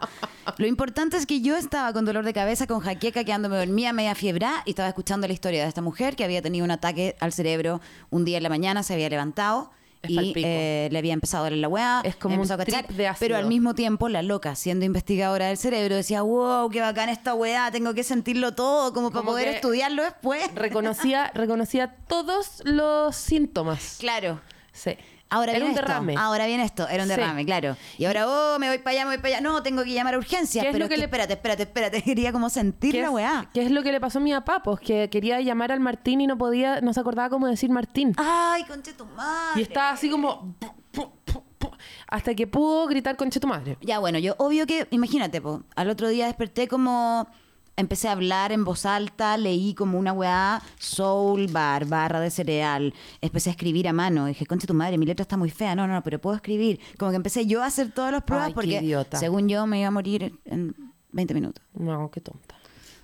Lo importante es que yo estaba con dolor de cabeza, con jaqueca, quedándome dormida, media fiebra, y estaba escuchando la historia de esta mujer que había tenido un ataque al cerebro un día en la mañana, se había levantado Es y palpico. eh, le había empezado a doler la weá. Es como empezó un a cachar, trip de ácido. Pero al mismo tiempo, la loca, siendo investigadora del cerebro, decía, wow, qué bacán esta weá, tengo que sentirlo todo como para Como poder que- estudiarlo después. Reconocía, reconocía todos los síntomas. Claro. Sí. Ahora Era viene un esto, derrame. Ahora viene esto, era un Sí. derrame, claro. Y ahora, oh, me voy para allá, me voy para allá. No, tengo que llamar a urgencias. ¿Qué es pero lo es que que le- espérate, espérate, espérate. Quería como sentir ¿Qué la es- weá. ¿Qué es lo que le pasó a mi papá? Pues que quería llamar al Martín y no podía, no se acordaba cómo decir Martín. Ay, conche tu madre. y estaba así como... pu, pu, pu, pu, hasta que pudo gritar conche tu madre. Ya, bueno, yo obvio que, imagínate, po, al otro día desperté como, empecé a hablar en voz alta, leí como una weá, soul bar, barra de cereal, empecé a escribir a mano, dije, concha tu madre, mi letra está muy fea, no, no, no, pero puedo escribir. Como que empecé yo a hacer todas las pruebas Ay, qué porque, idiota. según yo, me iba a morir en 20 minutos. No, qué tonta.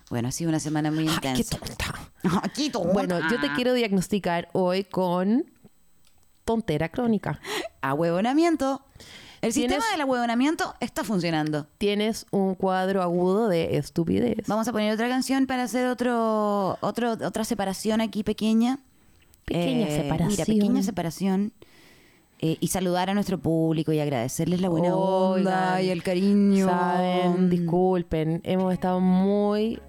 Bueno, ha sido una semana muy Ay, qué intensa. tonta. Ay, qué tonta. Bueno, yo Ah. te quiero diagnosticar hoy con tontera crónica. Ahuevonamiento. El Tienes- sistema del ahuevonamiento está funcionando. Tienes un cuadro agudo de estupidez. Vamos a poner otra canción para hacer otro, otro otra separación aquí pequeña. Eh, Pequeña separación. Mira, pequeña separación. Eh, y saludar a nuestro público y agradecerles la buena onda Oigan, y el cariño. Saben, disculpen, hemos estado muy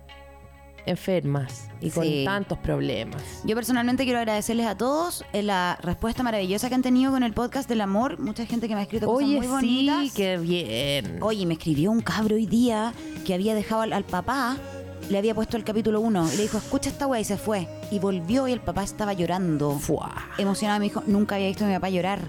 enfermas y con Sí. tantos problemas. Yo personalmente quiero agradecerles a todos eh, la respuesta maravillosa que han tenido con el podcast del amor. Mucha gente que me ha escrito cosas Oye, muy sí, bonitas. Oh. qué bien. Oye, me escribió un cabro hoy día que había dejado al, al papá, le había puesto el capítulo 1 y le dijo, escucha esta weá y se fue. Y volvió y el papá estaba llorando. Fuá. Emocionado, me dijo, nunca había visto a mi papá llorar.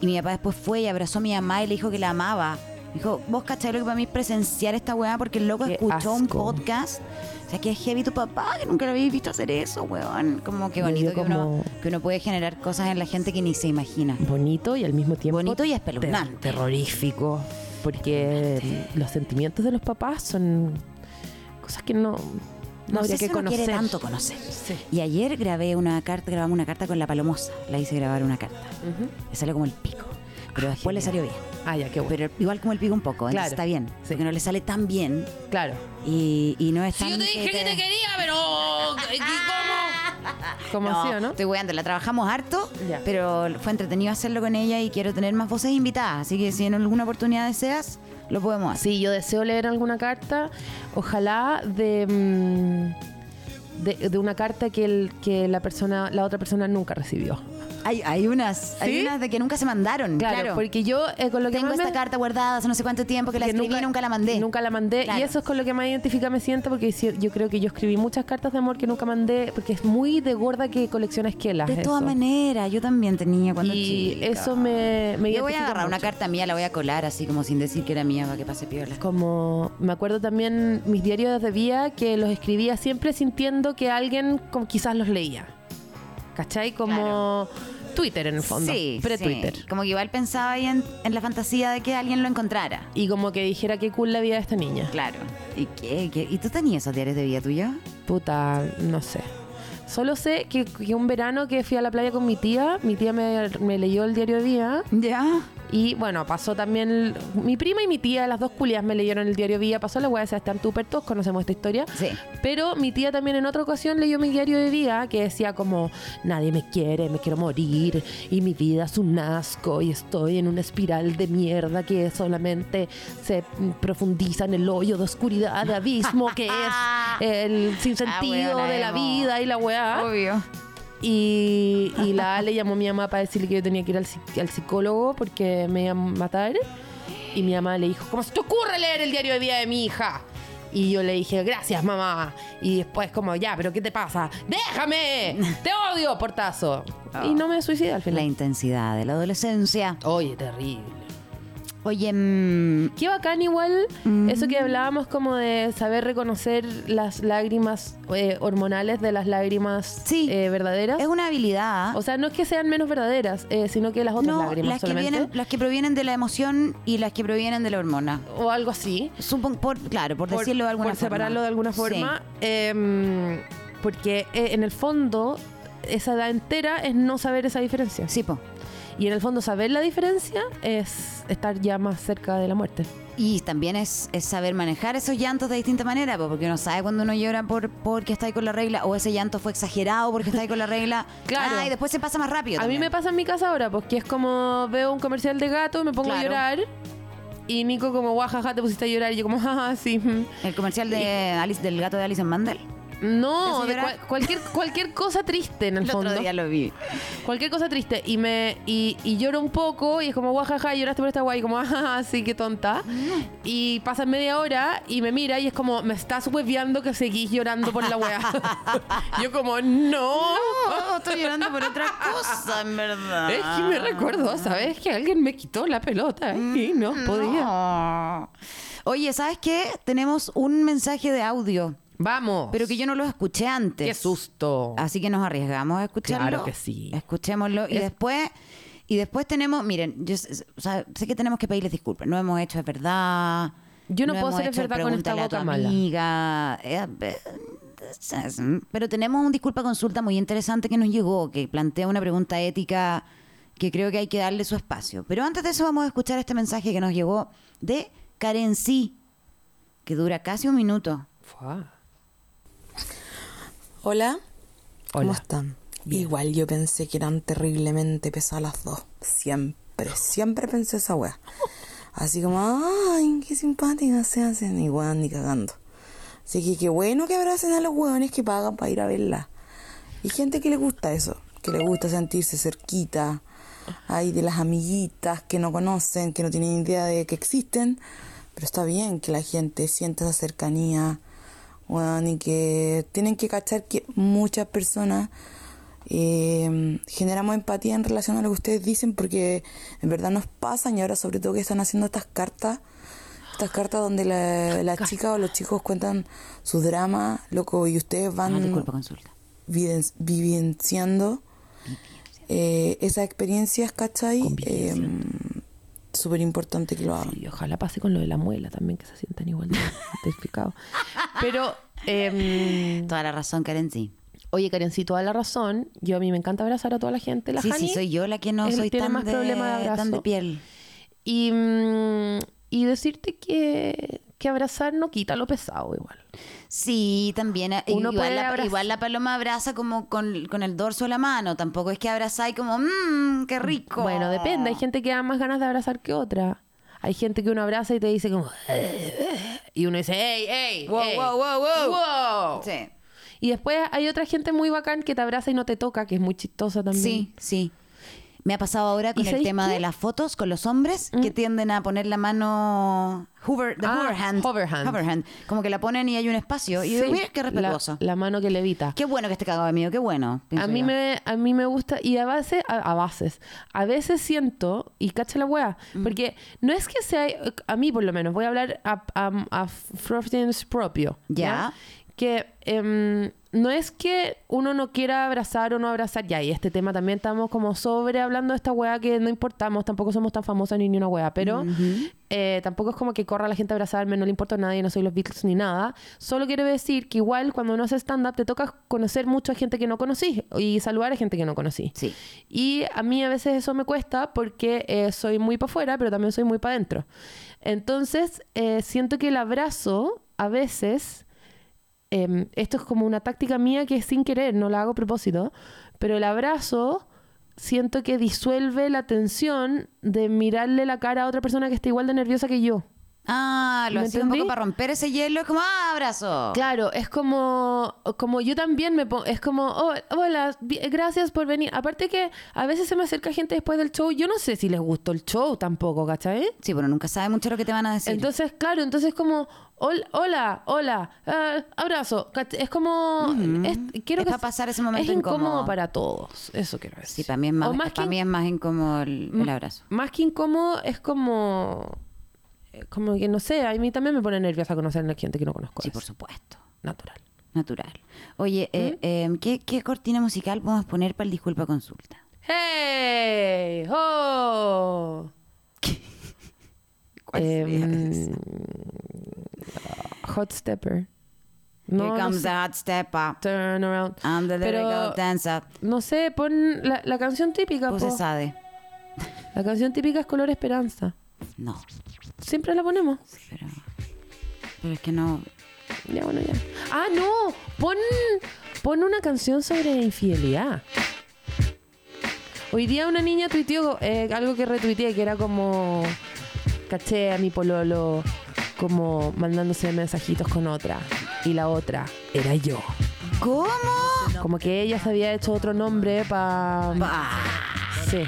Y mi papá después fue y abrazó a mi mamá y le dijo que la amaba. Me dijo, vos cachai lo que para mí es presenciar esta weá porque el loco Qué escuchó un asco. podcast. O sea, que es heavy tu papá, que nunca lo habéis visto hacer eso, weón. Como que Me dio bonito que, uno, como- que uno puede generar cosas en la gente que ni se imagina. Bonito y al mismo tiempo Bonito y ter- espeluznante. terrorífico, porque los sentimientos de los papás son cosas que no no, No habría sé si que uno quiere conocer. tanto conocer. Sí. Y ayer grabé una carta, grabamos una carta con la palomosa. La hice grabar una carta. Ujú. Le salió como el pico. Pero Ah, después le genial. salió bien. Ah, ya, qué bueno. Pero igual como el pico un poco, entonces Claro, está bien. sí. Porque no le sale tan bien claro. y, y no es tan... quería, pero ¿cómo? Como no, así, ¿o no? Estoy weando, la trabajamos harto, Ya. pero fue entretenido hacerlo con ella y quiero tener más voces invitadas. Así que si en alguna oportunidad deseas, lo podemos hacer. Sí, yo deseo leer alguna carta, ojalá de, mm, de, de una carta que, el, que la, persona, la otra persona nunca recibió. Hay, hay unas, hay ¿Sí? unas de que nunca se mandaron. Claro, porque yo eh, con lo que tengo más esta me- carta guardada hace no sé cuánto tiempo que la que escribí y nunca la mandé. Nunca la mandé. Claro. Y eso es con lo que más identifica me siento, porque si- yo creo que yo escribí muchas cartas de amor que nunca mandé, porque es muy de gorda que colecciona esquelas. De todas eso. maneras, yo también tenía cuando Y chica. eso me, me Yo voy a identifica agarrar una mucho. carta mía, la voy a colar así como sin decir que era mía para que pase piola. Como me acuerdo también mis diarios de vida que los escribía siempre sintiendo que alguien como quizás los leía. ¿Cachai? Como Twitter en el fondo. Sí, sí. Pre-Twitter. Como que igual pensaba ahí en, en la fantasía de que alguien lo encontrara. Y como que dijera qué cool la vida de esta niña. Claro. ¿Y qué? qué? ¿Y tú tenías esos diarios de vida tuya? Puta, no sé. Solo sé que, que un verano que fui a la playa con mi tía, mi tía me, me leyó el diario de vida Ya. y bueno, pasó también el- mi prima y mi tía, las dos culias me leyeron el diario de vida, pasó la weá, se están súper todos, conocemos esta historia. Sí. Pero mi tía también en otra ocasión leyó mi diario de vida que decía como nadie me quiere, me quiero morir y mi vida es un asco y estoy en una espiral de mierda que solamente se profundiza en el hoyo de oscuridad, de abismo que es el sinsentido Ah, weona, de la emo. vida y la weá. Obvio. Y, y la Ale llamó a mi mamá para decirle que yo tenía que ir al, psi- al psicólogo porque me iban a matar. Y mi mamá le dijo, ¿cómo se te ocurre leer el diario de vida de mi hija? Y yo le dije, gracias mamá. Y después como, ya, pero ¿qué te pasa? ¡Déjame! ¡Te odio, portazo! Y no me suicidé al Oh. La final. intensidad de la adolescencia. Oye, terrible. Oye, mm, Qué bacán igual eso que hablábamos como de saber reconocer las lágrimas eh, hormonales de las lágrimas Sí. eh, verdaderas. es una habilidad. O sea, no es que sean menos verdaderas, eh, sino que las otras Ah. no, lágrimas las que, solamente. vienen, las que provienen de la emoción y las que provienen de la hormona. O algo así. Supon- por, claro, por, decirlo de alguna por forma. separarlo de alguna Sí. forma. em, porque eh, en el fondo, esa edad entera es no saber esa diferencia. Sí, po. Y en el fondo, saber la diferencia es estar ya más cerca de la muerte. Y también es, es saber manejar esos llantos de distinta manera, po, porque uno sabe cuando uno llora por porque está ahí con la regla, o ese llanto fue exagerado porque está ahí con la regla. Claro. Ah, y después se pasa más rápido. A mí también. me pasa en mi casa ahora, porque es como veo un comercial de gato, me pongo Claro. a llorar. Y Nico como, guajaja, te pusiste a llorar. Y yo como, jaja, sí. mm". El comercial de Alice, del gato de Alison Mandel. No, Eso de llorar. cual- cualquier, cualquier cosa triste en el, El fondo. otro día lo vi. Cualquier cosa triste. Y me y, y lloro un poco y es como, guajaja, lloraste por esta guay. Y como, ah, sí, qué tonta. Y pasa media hora y me mira y es como, me estás hueveando que seguís llorando por la weá. Yo como, no. Oh, estoy llorando por otra cosa, en verdad. Es que me recuerdo, ¿sabes? Que alguien me quitó la pelota y no podía. No. Mm, Oye, ¿sabes qué? Tenemos un mensaje de audio, Vamos. pero que yo no lo escuché antes. Ah, Qué susto. Así que nos arriesgamos a escucharlo. Claro que sí. Escuchémoslo y Es- después y después tenemos, miren, yo s- s- o sea, sé que tenemos que pedirles disculpas. No hemos hecho es verdad. Yo no puedo hemos hacer Es hecho Verdad con esta pregúntale a tu boca mala. amiga. Eh, eh, es- Pero tenemos un disculpa consulta muy interesante que nos llegó, que plantea una pregunta ética que creo que hay que darle su espacio. Pero antes de eso vamos a escuchar este mensaje que nos llegó de Karency, que dura casi un minuto. Fua. Hola, ¿cómo Hola. están? Igual yo pensé que eran terriblemente pesadas las dos. Siempre, siempre pensé esa wea. Así como, ay, qué simpáticas se hacen. Y weón, ni cagando. Así que qué bueno que abracen a los weones que pagan para ir a verla. Y gente que le gusta eso, que le gusta sentirse cerquita. Hay de las amiguitas que no conocen, que no tienen idea de que existen. Pero está bien que la gente sienta esa cercanía. weón, y que tienen que cachar que muchas personas eh, generamos empatía en relación a lo que ustedes dicen porque en verdad nos pasan y ahora sobre todo que están haciendo estas cartas estas cartas donde la, la chica o los chicos cuentan su drama, loco, y ustedes Ah, van disculpa consulta. viden- vivenciando eh, esas experiencias, ¿cachai? Súper importante que lo hagan. Y ojalá pase con lo de la muela también, que se sientan igual de identificados. Pero, em, Toda la razón, Karency. oye, Karen, sí, toda la razón. Yo a mí me encanta abrazar a toda la gente. La Sí, Jani sí, soy yo la que no es- soy tiene tan, más de, problema de abrazo. tan de piel. Y, mm, y decirte que, que abrazar no quita lo pesado igual. Sí, también. eh, Uno igual, puede la, abrazar. igual la paloma abraza como con, con el dorso de la mano. Tampoco es que abraza y como, mmm, qué rico. Bueno, depende. Hay gente que da más ganas de abrazar que otra. Hay gente que uno abraza y te dice como... Y uno dice, ¡Ey, ey! Wow, ey, wow, wow, wow". wow". Sí, Y después hay otra gente muy bacán que te abraza y no te toca, que es muy chistosa también. sí, sí. Me ha pasado ahora con ¿Y el sabéis tema qué? Mm. de las fotos con los hombres que tienden a poner la mano hover, the Ah, hover hand. hover hand. Hover hand. Como que la ponen y hay un espacio. Y Sí. digo, mira qué La- respetuoso. La, mano que levita. Qué bueno que esté cagado de miedo, qué bueno. A pienso mí, yo. me, a mí me gusta, y a veces, a, a veces, a veces siento, y cacha la wea, porque no es que sea, a mí por lo menos, voy a hablar a, a, a Frothin's propio. Ya. Que em, no es que uno no quiera abrazar o no abrazar, ya, y este tema también estamos como sobre hablando de esta wea que no importamos, tampoco somos tan famosas ni, ni una wea, pero eh, tampoco es como que corra la gente a abrazarme, no le importa a nadie, no soy los Beatles ni nada. Solo quiero decir que igual cuando uno hace stand-up te toca conocer mucho a gente que no conocí y saludar a gente que no conocí. Sí. Y a mí a veces eso me cuesta porque eh, soy muy para afuera, pero también soy muy para adentro. Entonces, eh, siento que el abrazo a veces, eh, esto es como una táctica mía que es sin querer, no la hago a propósito, pero el abrazo siento que disuelve la tensión de mirarle la cara a otra persona que está igual de nerviosa que yo. Ah, lo ¿Me hacía un poco entendí? para romper ese hielo. Es como, ah, abrazo. Claro, es como, como yo también me pongo, es como, "Oh, hola, bi- gracias por venir. Aparte que a veces se me acerca gente después del show, yo no sé si les gustó el show tampoco, ¿cachai? Sí, pero nunca sabes mucho lo que te van a decir. Entonces, claro, entonces como, "Hol- hola, hola, ah, abrazo. ¿cach- Es como, es- quiero Mm-hmm. Es que pa' pasar ese momento es incómodo. incómodo. para todos, eso quiero decir. Sí, para mí es O más, que Mm. para mí es más incómodo el, el abrazo. más que incómodo, es como, como que no sé, a mí también me pone nerviosa conocer a gente que no conozco. Sí, es por supuesto. Natural. Natural. Oye, Mm. eh, eh, ¿qué, qué cortina musical podemos poner para el disculpa consulta? ¡Hey! ¡Oh! Em, hot Stepper. Here no comes sé. the hot step up. Turn around. And the Pero- lyrical dance up. No sé, pon la, la canción típica. Puse po. Sade. La canción típica es Color Esperanza. No, Siempre la ponemos. pero. Pero es que no. Ya, bueno, ya. Ah, no. Pon, pon una canción sobre infidelidad. Hoy día una niña tuiteó eh, algo que retuiteé, que era como caché a mi pololo como mandándose mensajitos con otra. Y la otra era yo. ¿Cómo? Como que ella se había hecho otro nombre para... Ah, Sí.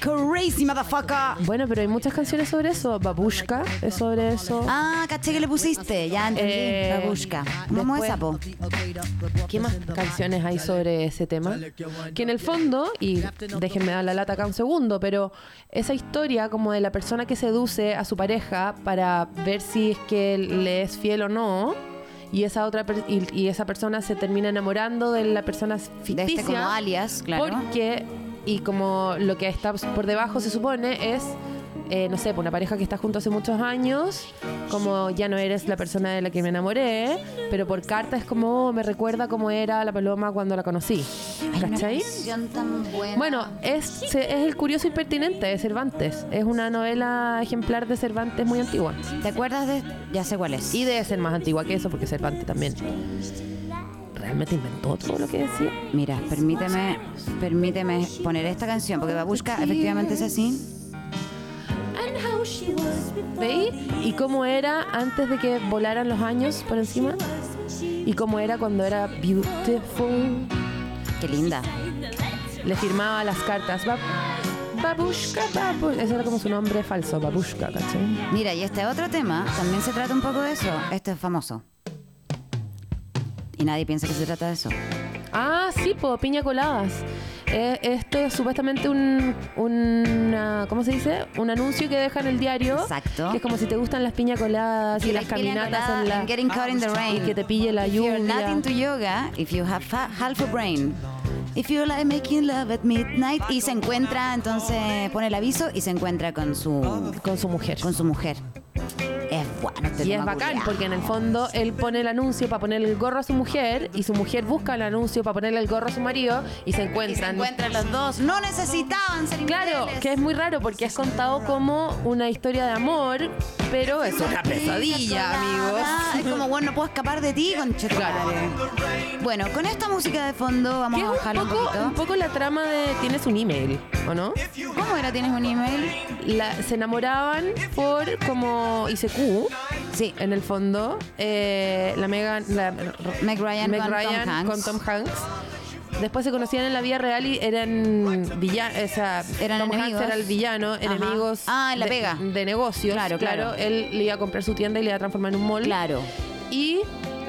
crazy motherfucker. Bueno, pero hay muchas canciones sobre eso. Babushka es sobre eso. Ah, caché que le pusiste. Ya entendí. Eh, la busca. Vamos después- esa, po. ¿Qué más canciones hay sobre ese tema? Que en el fondo, y déjenme dar la lata acá un segundo, pero esa historia como de la persona que seduce a su pareja para ver si es que le es fiel o no, y esa otra per- y, y esa persona se termina enamorando de la persona De ficticia. este como alias, claro. Porque, y como lo que está por debajo se supone es, eh, no sé, pues una pareja que está junto hace muchos años, como ya no eres la persona de la que me enamoré, pero por carta es como, oh, me recuerda cómo era la paloma cuando la conocí. Hay una ¿Cachai? canción tan buena. Bueno, es, se- es el curioso y pertinente de Cervantes. Es una novela ejemplar de Cervantes muy antigua. ¿Te acuerdas de.? Ya sé cuál es. Y debe ser más antigua que eso, porque Cervantes también realmente inventó todo lo que decía. Mira, permíteme, permíteme poner esta canción, porque Babushka efectivamente es así. ¿Veis? ¿Y cómo era antes de que volaran los años por encima? ¿Y cómo era cuando era beautiful? Qué linda. Le firmaba las cartas. Bab babushka, babushka. Ese era como su nombre falso, babushka, ¿cachai? Mira, y este otro tema también se trata un poco de eso. Este es famoso. Y nadie piensa que se trata de eso. Ah, sí, po, piña coladas. Eh, esto es supuestamente un, una- ¿cómo se dice? Un anuncio que deja en el diario. Exacto. Que es como si te gustan las piña coladas y, las Las piña caminatas colada en la... and Getting caught in the rain. Y que te pille la If you're not lluvia. into yoga, if you have fa- half a brain. If you like making love at midnight. Y se encuentra, entonces pone el aviso y se encuentra con su, Con su mujer. con su mujer. Es bueno. este Y es tema, bacán culiao. porque en el Ah, fondo él pone el anuncio para ponerle el gorro a su mujer y su mujer busca el anuncio para ponerle el gorro a su marido y se Y se encuentran. encuentran los dos. No necesitaban ser Claro, infieles. que es muy raro porque es contado como una historia de amor, pero es una pesadilla, Ah, amigos. Es como, bueno, no puedo escapar de ti, Claro. conchetumare. Bueno, con esta música de fondo vamos Que a es bajarlo un un, poco, un poquito. poco la trama de tienes un email, ¿o no? ¿Cómo era? ¿Tienes un email? La- se enamoraban por como ICQ, Sí. en el fondo. eh, la Megan, la Meg Ryan Meg con Tom Ryan Hanks. con Tom Hanks. Después se conocían en la vida real y eran villanos. Eran Tom enemigos. Hanks era el villano, Ajá. enemigos. Ah, en La de- Vega. De, negocios. Claro, claro. Él le iba a comprar su tienda y le iba a transformar en un mall. Claro. Y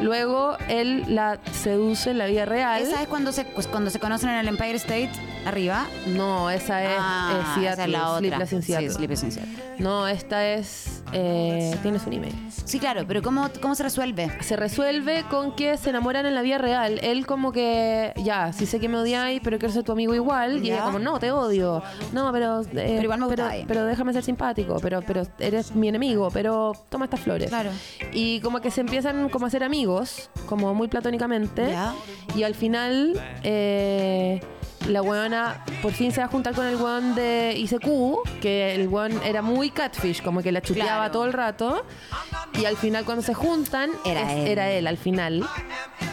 luego él la seduce en la vida real. Esa es cuando se, pues, cuando se conocen en el Empire State, arriba. No, esa es, eh, Ah, Seattle, esa es la otra. Sleepless in Seattle. Sí, Sleepless in Seattle. No, esta es. eh, tienes un email. Sí, claro, pero ¿cómo, cómo se resuelve? se resuelve con que se enamoran en la vida real. Él como que, ya, sí sé que me odiáis, pero quiero ser tu amigo igual. Y Ya. ella como, no, te odio. No, pero... eh, Pero igual me pero, gustáis. pero déjame ser simpático. Pero, pero eres mi enemigo. Pero toma estas flores. Claro. Y como que se empiezan como a ser amigos, como muy platónicamente. Ya. Y al final... eh, la weona por fin se va a juntar con el weón de ICQ, que el weón era muy catfish, como que la chuteaba Claro. todo el rato. Y al final cuando se juntan, Era él. era él al final,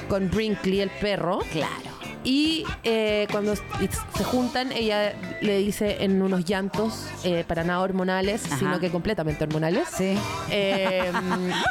con Brinkley, el perro. Claro. Y eh, cuando s- se juntan, ella le dice en unos llantos, eh, para nada hormonales, Ajá. sino que completamente hormonales, Sí. eh,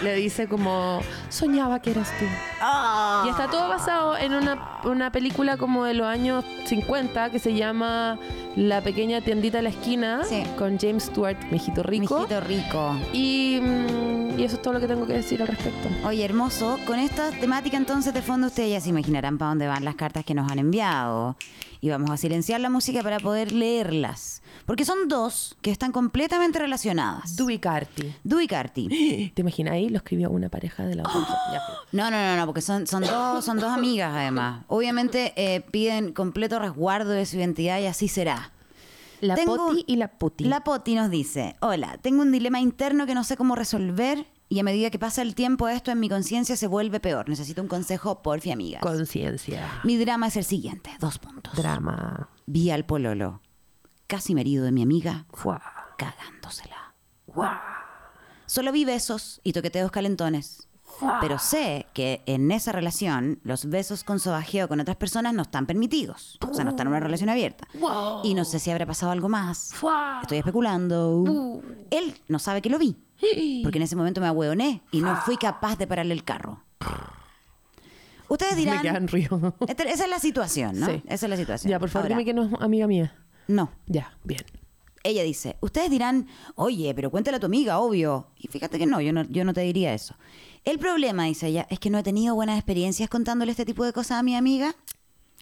le dice como, soñaba que eras tú. Ah. Y está todo basado en una, una película como de los años 50 que se llama La pequeña tiendita de la esquina, Sí. con James Stewart, mijito rico. Mijito rico. Y, mm, y eso es todo lo que tengo que decir al respecto. Oye, hermoso, con esta temática entonces de fondo ustedes ya se imaginarán para dónde van las cartas que nos han enviado. Y vamos a silenciar la música para poder leerlas. Porque son dos que están completamente relacionadas. Dewey Carty. Du y Carti. ¿Te imaginas ahí? Lo escribió una pareja de la otra. Ah. Ya. No, no, no, no, porque son, son, dos, son dos amigas además. Obviamente eh, piden completo resguardo de su identidad y así será. La Tengo- Poti y la Puti. La Poti nos dice, hola, tengo un dilema interno que no sé cómo resolver y a medida que pasa el tiempo esto en mi conciencia se vuelve peor. Necesito un consejo, porfi amiga. conciencia. Mi drama es el siguiente, dos puntos. Drama. Vi al pololo, casi marido de mi amiga, Fuá. cagándosela. Fuá. Solo vi besos y toqueteos calentones. Pero sé que en esa relación los besos con sobajeo con otras personas no están permitidos. O sea, no están en una relación abierta. Y no sé si habrá pasado algo más. Estoy especulando. Él no sabe que lo vi. Porque en ese momento me ahueoné y no fui capaz de pararle el carro. Ustedes dirán. Me quedan río. Esta- esa es la situación, ¿no? Sí. Esa es la situación. Ya, por favor, Ahora, dime que no es amiga mía. No. Ya, bien. Ella dice, ustedes dirán, oye, pero cuéntale a tu amiga, obvio. Y fíjate que no, yo no, yo no te diría eso. El problema, dice ella, es que no he tenido buenas experiencias contándole este tipo de cosas a mi amiga.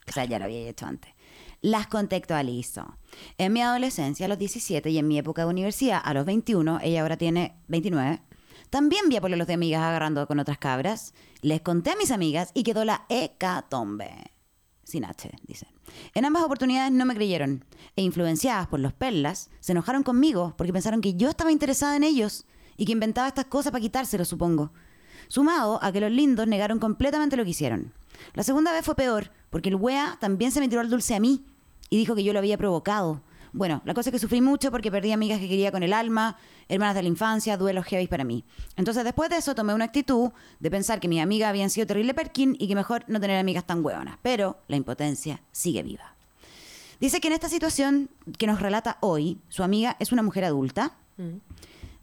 O sea, ya lo había hecho antes. Las contextualizo. En mi adolescencia, a los 17, y en mi época de universidad, a los 21, ella ahora tiene 29, también vi a los de amigas agarrando con otras cabras. Les conté a mis amigas y quedó la hecatombe. Sin H, dice. En ambas oportunidades no me creyeron e influenciadas por los perlas, se enojaron conmigo porque pensaron que yo estaba interesada en ellos y que inventaba estas cosas para quitárselo, supongo. Sumado a que los lindos negaron completamente lo que hicieron. La segunda vez fue peor porque el wea también se me tiró al dulce a mí y dijo que yo lo había provocado. Bueno, la cosa es que sufrí mucho porque perdí amigas que quería con el alma, hermanas de la infancia, duelos heavy para mí. Entonces, después de eso, tomé una actitud de pensar que mis amigas habían sido terrible perkin y que mejor no tener amigas tan hueonas. Pero la impotencia sigue viva. Dice que en esta situación que nos relata hoy, su amiga es una mujer adulta.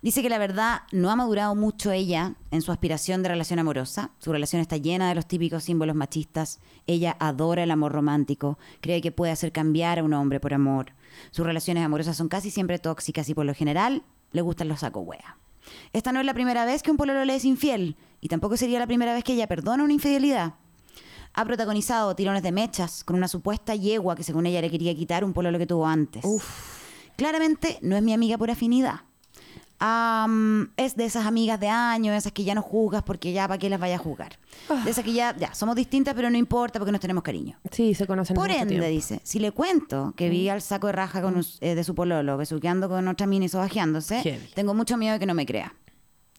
Dice que la verdad no ha madurado mucho ella en su aspiración de relación amorosa. Su relación está llena de los típicos símbolos machistas. Ella adora el amor romántico, cree que puede hacer cambiar a un hombre por amor. Sus relaciones amorosas son casi siempre tóxicas y por lo general le gustan los saco hueá. Esta no es la primera vez que un pololo le es infiel y tampoco sería la primera vez que ella perdona una infidelidad. Ha protagonizado tirones de mechas con una supuesta yegua que según ella le quería quitar un pololo que tuvo antes. Claramente no es mi amiga por afinidad. Am, es de esas amigas de año, esas que ya no juzgas porque ya para qué las vaya a juzgar. De esas que ya, ya, somos distintas pero no importa porque nos tenemos cariño. Sí, se conocen Por hace mucho ende, tiempo. dice, si le cuento que vi al saco de raja con un- eh, de su pololo besuqueando con otra mina y sobajeándose, Heavy. tengo mucho miedo de que no me crea.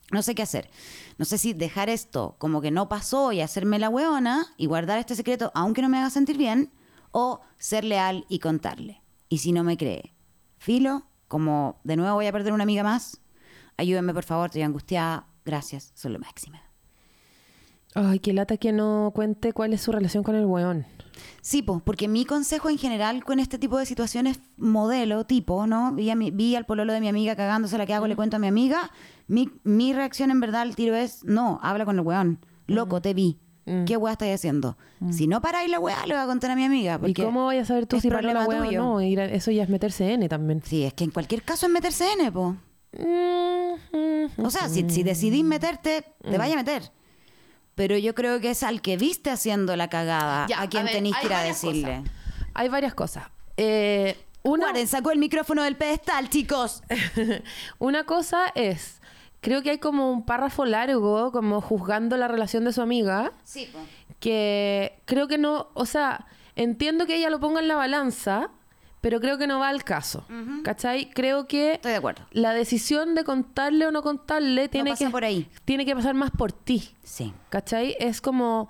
No sé qué hacer. No sé si dejar esto como que no pasó y hacerme la hueona y guardar este secreto aunque no me haga sentir bien o ser leal y contarle. Y si no me cree, filo, como de nuevo voy a perder una amiga más, ayúdenme por favor, estoy angustiada. Gracias, son lo máximo. Ay, qué lata que no cuente cuál es su relación con el weón. Sí, pues, porque mi consejo en general con este tipo de situaciones modelo, tipo, ¿no? Vi, a mi- vi al pololo de mi amiga cagándose la que hago, Mm. le cuento a mi amiga. Mi, mi reacción en verdad al tiro es, no, habla con el weón. Mm. Loco, te vi. ¿Qué weá estáis haciendo? Si no paráis la weá, le voy a contar a mi amiga. ¿Y porque cómo vayas a saber tú es si paró la problema weá o tuyo. no? Ir a- Eso ya es meterse N también. Sí, es que en cualquier caso es meterse en, po. Mm, O sea, si, si decidís meterte, te vaya a meter. Pero yo creo que es al que viste haciendo la cagada Ya, a quien a ver, tenéis hay que ir a varias decirle. Hay varias cosas. Eh, una, Guarden, sacó el micrófono del pedestal, chicos. una cosa es, creo que hay como un párrafo largo, como juzgando la relación de su amiga, Sí, po. que creo que no, o sea, entiendo que ella lo ponga en la balanza, pero creo que no va al caso. ¿Cachai? Creo que... Estoy de acuerdo. la decisión de contarle o no contarle tiene pasa que por ahí. tiene que pasar más por ti Sí. ¿cachai? es como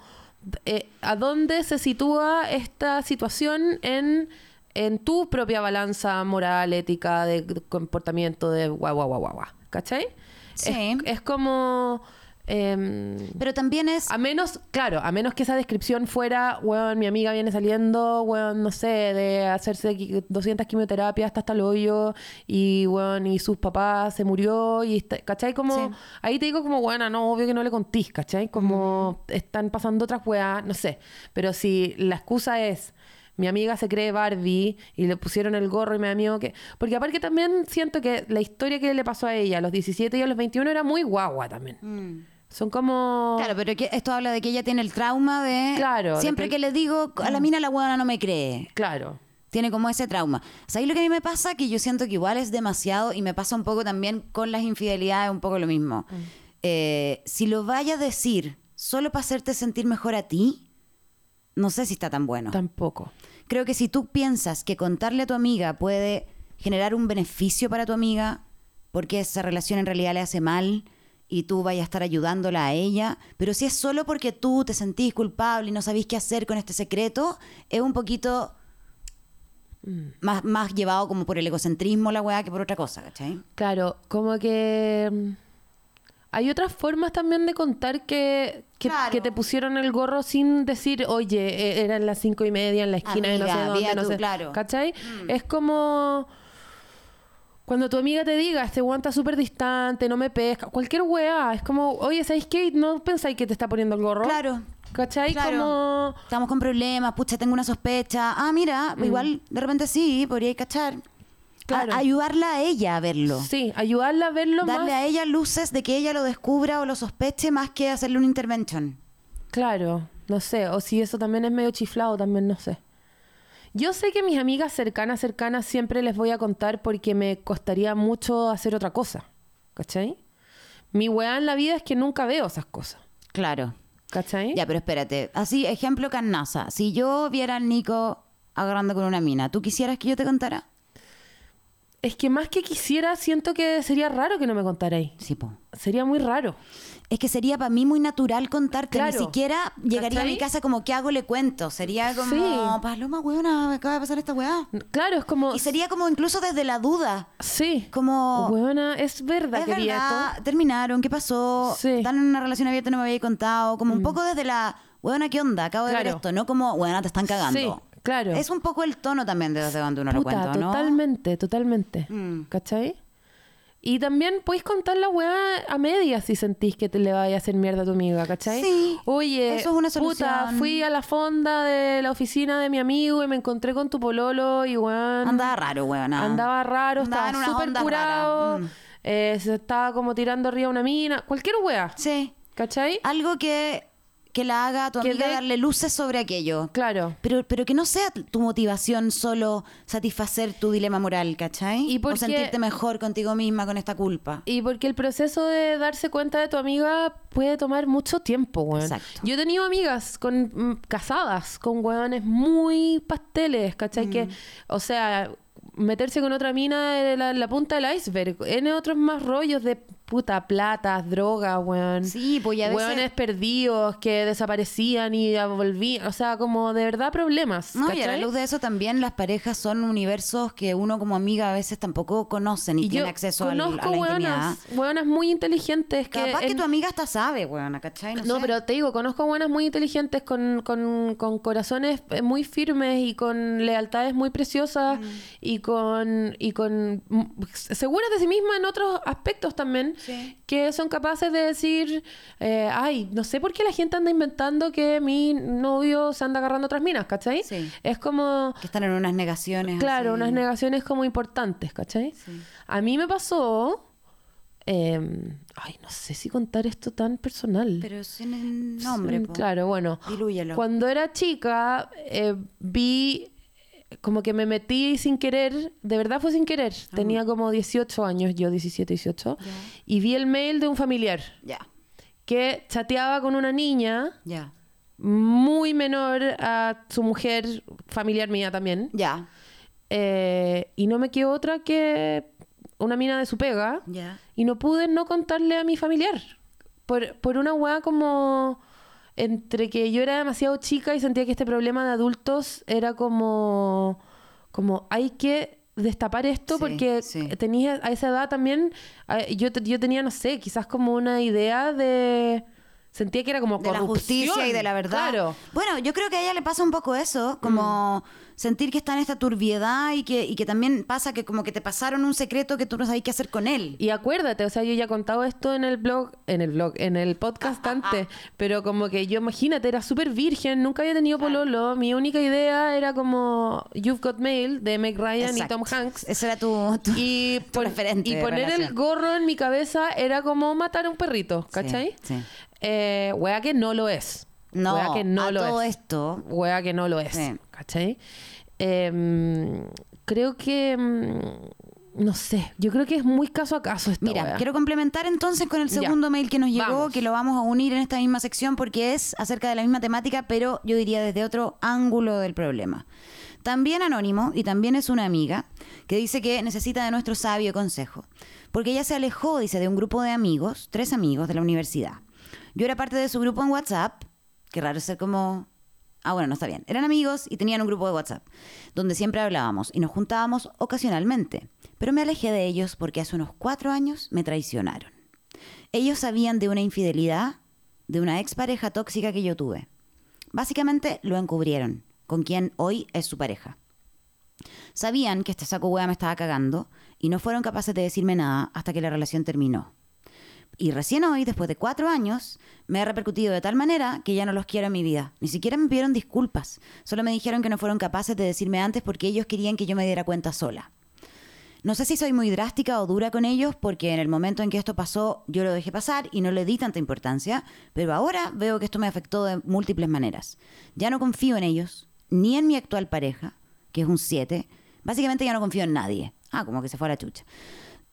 eh, a dónde se sitúa esta situación en en tu propia balanza moral ética de, de comportamiento de guau guau guau guau guau ¿cachai? Sí. es, es como em, Pero también es. a menos, claro, a menos que esa descripción fuera, weón, mi amiga viene saliendo, weón, no sé, de hacerse qui- 200 quimioterapias hasta hasta el hoyo, y weón, y sus papás se murió, y está- ¿cachai? Como, Sí. ahí te digo como, bueno, no, obvio que no le contís, ¿cachai? Como están pasando otras weas, no sé. Pero si la excusa es, mi amiga se cree Barbie y le pusieron el gorro y me da miedo que... Porque aparte también siento que la historia que le pasó a ella a los 17 y a los 21 era muy guagua también. Son como... Mm. Claro, pero que esto habla de que ella tiene el trauma de. Claro, de Siempre que- Mm. que... le digo a la mina, la buena no me cree. Claro. Tiene como ese trauma. ¿Sabéis lo que a mí me pasa? Que yo siento que igual es demasiado y me pasa un poco también con las infidelidades, un poco lo mismo. Mm. Eh, si lo vaya a decir solo para hacerte sentir mejor a ti, no sé si está tan bueno. Tampoco. Creo que si tú piensas que contarle a tu amiga puede generar un beneficio para tu amiga, porque esa relación en realidad le hace mal y tú vayas a estar ayudándola a ella, pero si es solo porque tú te sentís culpable y no sabís qué hacer con este secreto, es un poquito más, más llevado como por el egocentrismo la weá que por otra cosa, ¿cachai? Claro, como que mm, hay otras formas también de contar que, que, Claro. que te pusieron el gorro sin decir, oye, e-, eran las cinco y media en la esquina de no sé Amiga, dónde, vea no tú, sé. claro. Mm. ¿Cachai? Es como cuando tu amiga te diga, este weón está súper distante, no me pesca, cualquier weá, es como, oye, ¿sabes qué? ¿No pensáis que te está poniendo el gorro? Claro. ¿Cachai? Claro. Como... Estamos con problemas, pucha, tengo una sospecha. Ah, mira, igual de repente sí, podría cachar. Claro. A- ayudarla a ella a verlo. Sí, ayudarla a verlo Darle más. a ella luces de que ella lo descubra o lo sospeche más que hacerle una intervention. Claro, no sé. O si eso también es medio chiflado, también no sé. Yo sé que mis amigas cercanas, cercanas, siempre les voy a contar porque me costaría mucho hacer otra cosa. ¿Cachai? Mi weá en la vida es que nunca veo esas cosas. Claro. ¿Cachai? Ya, pero espérate. Así, ejemplo Carnaza. Si yo viera al Nico agarrando con una mina, ¿tú quisieras que yo te contara? Es que más que quisiera, siento que sería raro que no me contarais. Sí, po. Sería muy raro. Es que sería para mí muy natural contarte. Claro. Ni siquiera llegaría a mi ¿Cachai? casa como, ¿qué hago? Le cuento. Sería como, Sí. Paloma, weona, me acaba de pasar esta weá. Claro, es como. Y sería como incluso desde la duda. Sí. Como, Weona, es verdad, es quería verdad, terminaron, ¿qué pasó? Sí. Mm. Están en una relación abierta, no me había contado. Como un poco desde la, weona, ¿qué onda? Acabo de ver Claro. esto. No como, weona, te están cagando. Sí, claro. Es un poco el tono también de desde donde uno lo Puta, cuenta, ¿no? totalmente, totalmente. Mm. ¿Cachai? Y también podéis contar la weá a medias si sentís que te le vaya a hacer mierda a tu amiga, ¿cachai? Sí, Oye, eso es una puta, solución. fui a la fonda de la oficina de mi amigo y me encontré con tu pololo y weón. Andaba raro, weona. Andaba raro, Andaba en estaba unas súper ondas curado. raras. Mm. eh, se estaba como tirando arriba una mina. Cualquier weá. Sí. Ah. ¿Cachai? Algo que, que la haga a tu Que amiga dé- darle luces sobre aquello. Claro. Pero, pero que no sea tu motivación solo satisfacer tu dilema moral, ¿cachai? Y porque- O sentirte mejor contigo misma con esta culpa. Y porque el proceso de darse cuenta de tu amiga puede tomar mucho tiempo, weón. Exacto. Yo he tenido amigas con mm, casadas, con weones muy pasteles, ¿cachai? Mm. Que, o sea, meterse con otra mina era la, la punta del iceberg. En otros más rollos de puta plata, droga, weón. Sí, pues, y a veces- Weones perdidos que desaparecían y ya volvían. O sea, como de verdad problemas. No, y a la ¿cachai? luz de eso también las parejas son universos que uno como amiga a veces tampoco conocen y, Y tiene acceso al- conozco a la intimidad. weonas, weonas muy inteligentes que Capaz que en- tu amiga hasta sabe, weona, ¿cachai? No, No, sé. pero te digo, conozco buenas muy inteligentes, con, con- con corazones eh, muy firmes y con lealtades muy preciosas Mm. y con, y con mm, s- seguras de sí mismas en otros aspectos también, que son capaces de decir, eh, ay, no sé por qué la gente anda inventando que mi novio se anda agarrando otras minas, ¿cachai? Sí. Es como... Que están en unas negaciones. Claro, así. unas negaciones como importantes, ¿cachai? A mí me pasó... em, ay, no sé si contar esto tan personal. Pero sin el nombre, Mm, po. Claro, bueno. Dilúyelo. Cuando era chica, eh, vi eh, como que me metí sin querer, de verdad fue sin querer. Ah. Tenía como 18 años, yo 17, 18, y vi el mail de un familiar Ya, que chateaba con una niña ya, muy menor a su mujer, familiar mía también, ya, eh, y no me quedó otra que una mina de su pega. ya. Y no pude no contarle a mi familiar. Por, por una weá como entre que yo era demasiado chica y sentía que este problema de adultos era como, como hay que destapar esto Sí, porque sí. tenía a esa edad también, a- yo, te- yo tenía, no sé, quizás como una idea de... Sentía que era como De la corrupción. justicia y de la verdad. Claro. Bueno, yo creo que a ella le pasa un poco eso, como Mm. sentir que está en esta turbiedad y que, y que también pasa que como que te pasaron un secreto que tú no sabes qué hacer con él. Y acuérdate, o sea, yo ya he contado esto en el blog, en el blog, en el podcast Ah, antes, pero como que yo, imagínate, era súper virgen, nunca había tenido pololo, mi única idea era como You've Got Mail de Meg Ryan y Exacto. Tom Hanks. Ese era tu, tu- Y, tu referente y de poner el relación. gorro en mi cabeza era como matar a un perrito, ¿cachai? sí. Eh, wea que no lo es. No, Wea que no a lo todo es. esto. Wea que no lo es. Sí. ¿Cachai? Em, creo que. mm, No sé. Yo creo que es muy caso a caso esta Mira, wea. quiero complementar entonces con el Ya. segundo mail que nos llegó, Vamos. que lo vamos a unir en esta misma sección porque es acerca de la misma temática, pero yo diría desde otro ángulo del problema. También anónimo y también es una amiga que dice que necesita de nuestro sabio consejo, porque ella se alejó, dice, de un grupo de amigos, tres amigos de la universidad. Yo era parte de su grupo en WhatsApp, que raro ser como Ah, bueno, no está bien. Eran amigos y tenían un grupo de WhatsApp, donde siempre hablábamos y nos juntábamos ocasionalmente. Pero me alejé de ellos porque hace unos cuatro años me traicionaron. Ellos sabían de una infidelidad de una expareja tóxica que yo tuve. Básicamente lo encubrieron, con quien hoy es su pareja. Sabían que este saco hueá me estaba cagando y no fueron capaces de decirme nada hasta que la relación terminó. Y recién hoy, después de cuatro años, me ha repercutido de tal manera que ya no los quiero en mi vida. Ni siquiera me pidieron disculpas. Solo me dijeron que no fueron capaces de decirme antes porque ellos querían que yo me diera cuenta sola. No sé si soy muy drástica o dura con ellos porque en el momento en que esto pasó yo lo dejé pasar y no le di tanta importancia, pero ahora veo que esto me afectó de múltiples maneras. Ya no confío en ellos, ni en mi actual pareja, que es un 7. Básicamente ya no confío en nadie. Ah, como que se fue a la chucha.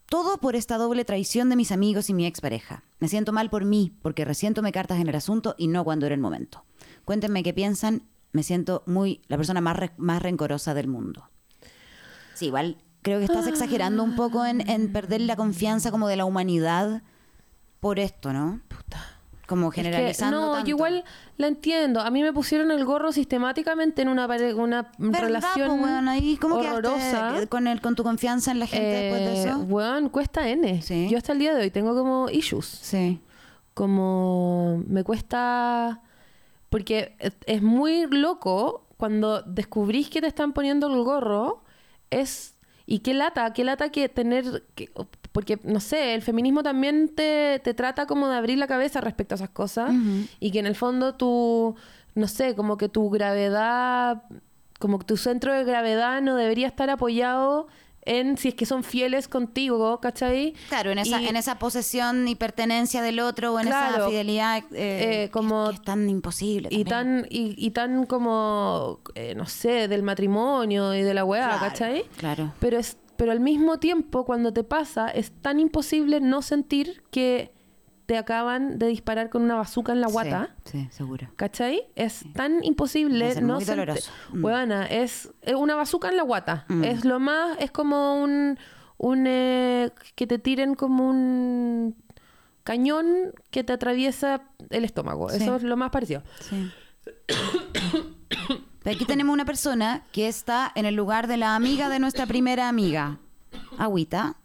Todo por esta doble traición de mis amigos y mi expareja. Me siento mal por mí porque recién tomé cartas en el asunto y no cuando era el momento. Cuéntenme qué piensan. Me siento muy la persona más, re- más rencorosa del mundo. Sí, igual creo que estás exagerando un poco en, en perder la confianza como de la humanidad por esto, ¿no? Puta. Como Es que, generalizando. no, tanto. yo igual la entiendo. A mí me pusieron el gorro sistemáticamente en una, pare- una ¿Verdad, relación po, weón? ahí, ¿cómo quedaste horrorosa. con, el, con tu confianza en la gente después de Eh, eso? weón, cuesta N. Sí. Yo hasta el día de hoy tengo como issues. Sí. Como me cuesta... Porque es- es muy loco cuando descubrís que te están poniendo el gorro. Es... Y qué lata, qué lata que tener... que- porque, no sé, el feminismo también te, te trata como de abrir la cabeza respecto a esas cosas. Y que en el fondo tu... No sé, como que tu gravedad... Como que tu centro de gravedad no debería estar apoyado en si es que son fieles contigo, ¿cachai? Claro, en esa, Y- en esa posesión y pertenencia del otro o en esa Claro. fidelidad eh, Eh, como- que, que es tan imposible. y también. tan y, y tan como eh, no sé del matrimonio y de la weá, Claro, ¿cachai? claro. pero es pero al mismo tiempo cuando te pasa es tan imposible no sentir que te acaban de disparar con una bazuca en la guata Sí, sí, seguro. ¿Cachai? Es tan imposible Debe ser no muy sente- doloroso. Mm. Huevona, es es una bazuca en la guata. Es lo más, es como un, un eh, que te tiren como un cañón que te atraviesa el estómago. Sí. Eso es lo más parecido. Sí. Pero aquí tenemos una persona que está en el lugar de la amiga de nuestra primera amiga. Agüita.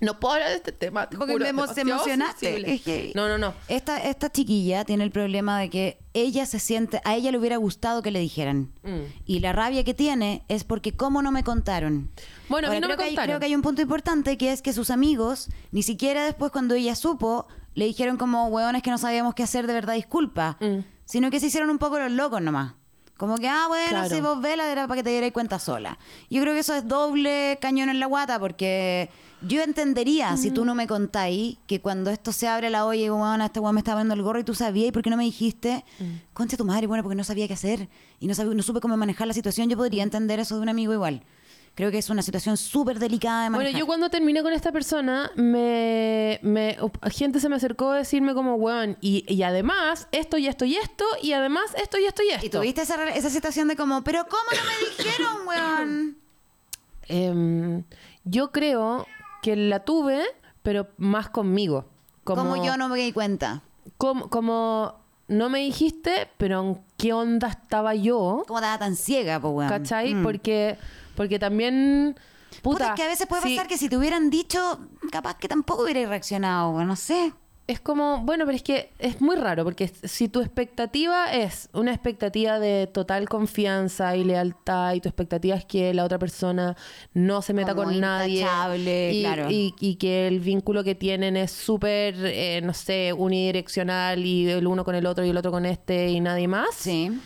No puedo hablar de este tema. te Porque juro, me emo- demasiado emocionaste. sensible. Es que- No, no, no. Esta, esta chiquilla tiene el problema de que ella se siente, a ella le hubiera gustado que le dijeran. Mm. Y la rabia que tiene es porque cómo no me contaron. Bueno, a mí no creo me que hay- contaron. creo que hay un punto importante que es que sus amigos, ni siquiera después cuando ella supo, le dijeron como hueones que no sabíamos qué hacer, de verdad disculpa. Mm. Sino que se hicieron un poco los locos nomás. Como que, ah, bueno, Claro. si vos vela era para que te dieras cuenta sola. Yo creo que eso es doble cañón en la guata porque yo entendería si Mm. tú no me contáis que cuando esto se abre la olla y bueno, este weón me está poniendo el gorro y tú sabías y por qué no me dijiste, Mm. concha tu madre, bueno, porque no sabía qué hacer y no, sabía, no supe cómo manejar la situación, yo podría entender eso de un amigo igual. Creo que es una situación súper delicada de manejar. Bueno, yo cuando terminé con esta persona, me, me- gente se me acercó a decirme como, weón, y, y además esto y esto y esto, y además esto y esto y esto. Y tuviste esa, esa situación de como, pero ¿cómo no me dijeron, weón? Em, yo creo que la tuve, pero más conmigo. Como, Como yo no me di cuenta. Como, como no me dijiste, pero en qué onda estaba yo, ¿Cómo estaba tan ciega, po, weón? ¿cachai? Mm. Porque, porque también... Puta, Puta, es que a veces puede sí, pasar que si te hubieran dicho, capaz que tampoco hubiera reaccionado, o no sé. Es como, bueno, pero es que es muy raro, porque s- si tu expectativa es una expectativa de total confianza y lealtad, y tu expectativa es que la otra persona no se meta Como con nadie, intachable, y, claro. y- y que el vínculo que tienen es súper, eh, no sé, unidireccional, y el uno con el otro y el otro con este y nadie más. Sí.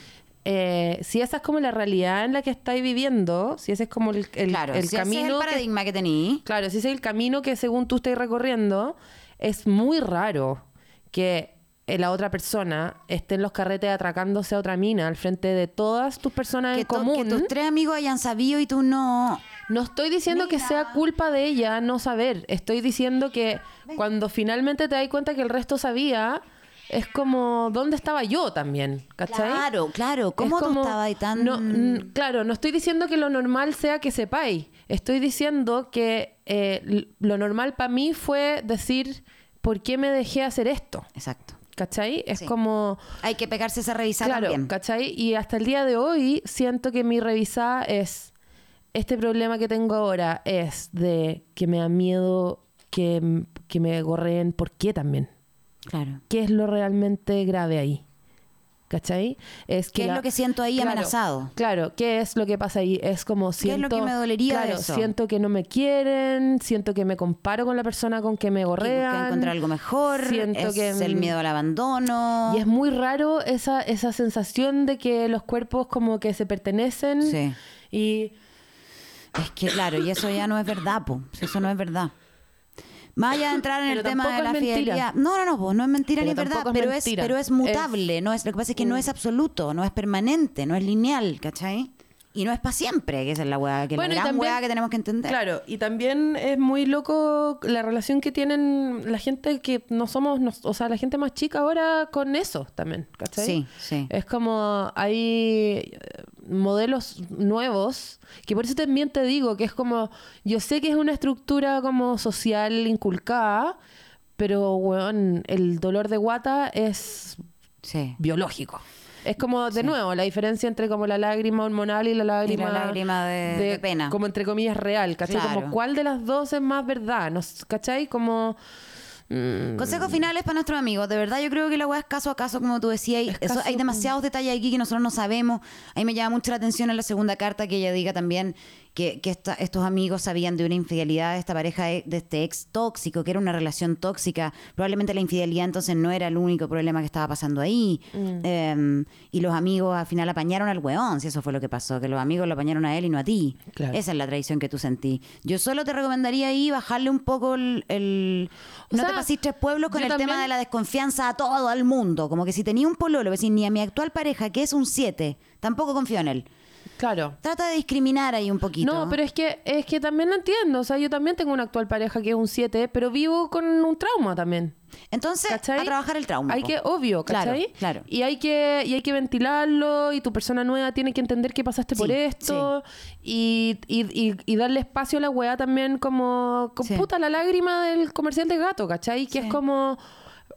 Eh, si esa es como la realidad en la que estáis viviendo, si ese es como el, el- claro, el si camino ese es el que- paradigma que, tení. Claro, si ese es el camino que según tú estás recorriendo, es muy raro que eh, la otra persona esté en los carretes atracándose a otra mina al frente de todas tus personas Que, en to- que común. tus tres amigos hayan sabido y tú no. No estoy diciendo que sea culpa de ella no saber. Estoy diciendo que cuando finalmente te das cuenta que el resto sabía, es como, ¿dónde estaba yo también? ¿Cachai? Claro, claro. ¿Cómo Es tú como, estabas ahí tan.? no, n- claro, no estoy diciendo que lo normal sea que sepáis. Estoy diciendo que eh, l- lo normal para mí fue decir, ¿por qué me dejé hacer esto? Exacto. ¿Cachai? Es Sí. como... Hay que pegarse esa revisada Claro, también. ¿cachai? Y hasta el día de hoy siento que mi revisada es... Este problema que tengo ahora es de que me da miedo que, m- que me gorreen. ¿Por qué también? Claro. ¿Qué es lo realmente grave ahí? ¿Cachai? Es ¿Qué que es la- lo que siento ahí amenazado? Claro, ¿qué es lo que pasa ahí? Es como ¿Qué es siento... lo que me dolería de Claro, eso? siento que no me quieren, siento que me comparo con la persona con que me Que gorrean. busca encontrar algo mejor, siento es que, el mm, miedo al abandono. Y es muy raro esa, esa sensación de que los cuerpos como que se pertenecen. Sí. Y Es que claro, y eso ya no es verdad, po. Si Eso no es verdad. Más allá de entrar en Pero el tema de tampoco la es mentira. fidelidad. No, no, no, po, no es mentira Pero ni es verdad, tampoco es pero, es, mentira. pero es Es- mutable. No es, lo que pasa es que no es absoluto, no es permanente, no es lineal, ¿cachai? Y no es para siempre, que esa es la hueá, que es la gran hueá que tenemos que entender. Claro, y también es muy loco la relación que tienen la gente que no somos, nos- o sea, la gente más chica ahora con eso también, ¿cachai? Sí, sí. Es como hay eh, modelos nuevos, que por eso también te digo que es como, yo sé que es una estructura como social inculcada, pero, weón, el dolor de guata es Sí. biológico. Es como, de nuevo, la diferencia entre como la lágrima hormonal y la lágrima, lágrima de- de pena. Como entre comillas real, ¿cachai? Claro. Como cuál de las dos es más verdad, Nos, ¿cachai? Como... mm, Consejos finales para nuestros amigos. De verdad, yo creo que la weá es caso a caso, como tú decías. y Es eso- caso hay a- demasiados detalles aquí que nosotros no sabemos. A mí me llama mucho la atención en la segunda carta que ella diga también que, que esta- estos amigos sabían de una infidelidad de esta pareja, de, de este ex tóxico, que era una relación tóxica. Probablemente la infidelidad entonces no era el único problema que estaba pasando ahí. Mm. Eh, y los amigos al final apañaron al weón, si eso fue lo que pasó, que los amigos lo apañaron a él y no a ti. Claro. Esa es la traición que tú sentí. Yo solo te recomendaría ahí bajarle un poco el... el- O no te sea, pases tres pueblos con yo el tema también- de la desconfianza a todo el mundo. Como que si tenía un pololo, es decir, ni a mi actual pareja, que es un 7, tampoco confío en él. Claro. Trata de discriminar ahí un poquito. No, pero es que, es que también lo entiendo. O sea, yo también tengo una actual pareja que es un 7, pero vivo con un trauma también. Entonces, ¿Cachai? a trabajar el trauma. Hay po. que, oh, obvio, ¿cachai? Claro, claro. Y hay que, y hay que ventilarlo y tu persona nueva tiene que entender que pasaste Sí, por esto y, y, y- y darle espacio a la weá también como, como Sí. puta la lágrima del comercial de gato, ¿cachai? Que Sí. es como,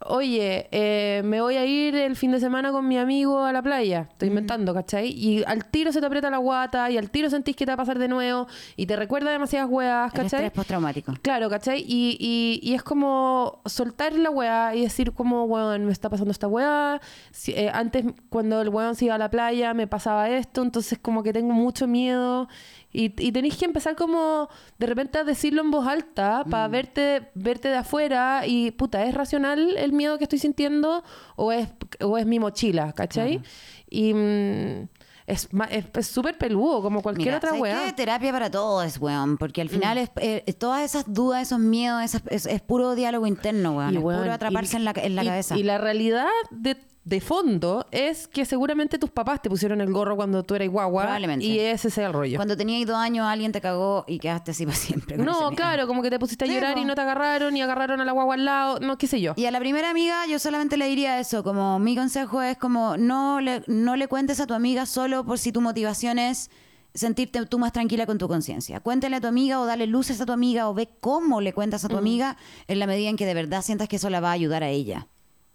oye, eh, me voy a ir el fin de semana con mi amigo a la playa, estoy inventando, ¿cachai? Y al tiro se te aprieta la guata y al tiro sentís que te va a pasar de nuevo y te recuerda demasiadas weas, El ¿cachai? estrés postraumático. Claro, ¿cachai? Y, y, y es como soltar la weá y decir como, weón, me está pasando esta weá. Si- eh, antes, cuando el weón se iba a la playa, me pasaba esto, entonces como que tengo mucho miedo. Y, y tenéis que empezar como de repente a decirlo en voz alta Mm. para verte, verte de afuera y, puta, ¿es racional el miedo que estoy sintiendo o es, o es mi mochila, ¿cachai? Y... mm, es ma- es es súper peludo, como cualquier Mira, otra ¿sabes weá. Mm. qué? Terapia para todos, weón. Porque al final es, eh, todas esas dudas, esos miedos, esas- es, es puro diálogo interno, weón. es weón, puro atraparse y- en la, ca- en la y- cabeza. Y la realidad de, de fondo es que seguramente tus papás te pusieron el gorro cuando tú eras guagua. Probablemente. Y ese sea el rollo. Cuando tenías dos años, alguien te cagó y quedaste así para siempre. con ese no, miedo. claro, como que te pusiste a Sí, llorar po. y no te agarraron y agarraron a la guagua al lado. No, qué sé yo. Y a la primera amiga yo solamente le diría eso, como mi consejo es como no le, no le cuentes a tu amiga solo por si tu motivación es sentirte tú más tranquila con tu conciencia. Cuéntale a tu amiga o dale luces a tu amiga o ve cómo le cuentas Mm. a tu amiga en la medida en que de verdad sientas que eso la va a ayudar a ella.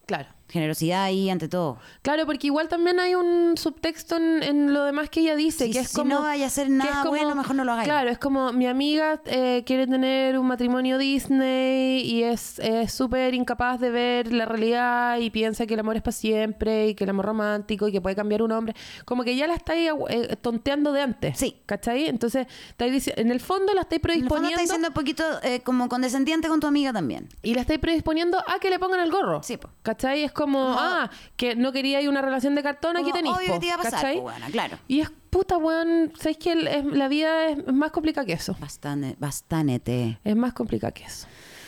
Claro. Generosidad ahí ante todo. Claro, porque igual también hay un subtexto en, en lo demás que ella dice, Sí, que es si como... no vaya a ser que nada es como- bueno, mejor no lo hagáis. Claro, es como mi amiga eh, quiere tener un matrimonio Disney y es es súper incapaz de ver la realidad y piensa que el amor es para siempre y que el amor romántico y que puede cambiar un hombre. Como que ya la estáis eh, tonteando de antes. Sí. ¿Cachai? Entonces, estáis dici- en el fondo la estáis En el fondo predisponiendo... estás siendo un poquito eh, como condescendiente con tu amiga también. Y la estáis predisponiendo a que le pongan el gorro. Sí, po. ¿Cachai? Es como, ah, que no quería ir una relación de cartón, aquí Como, tenéis. obvio po, que te iba a pasar, ¿cachai? po, weona, claro. Y es puta, weón. ¿Sabes que el- es- la vida es más complicada que eso? Bastante, bastante. Es más complicada que eso.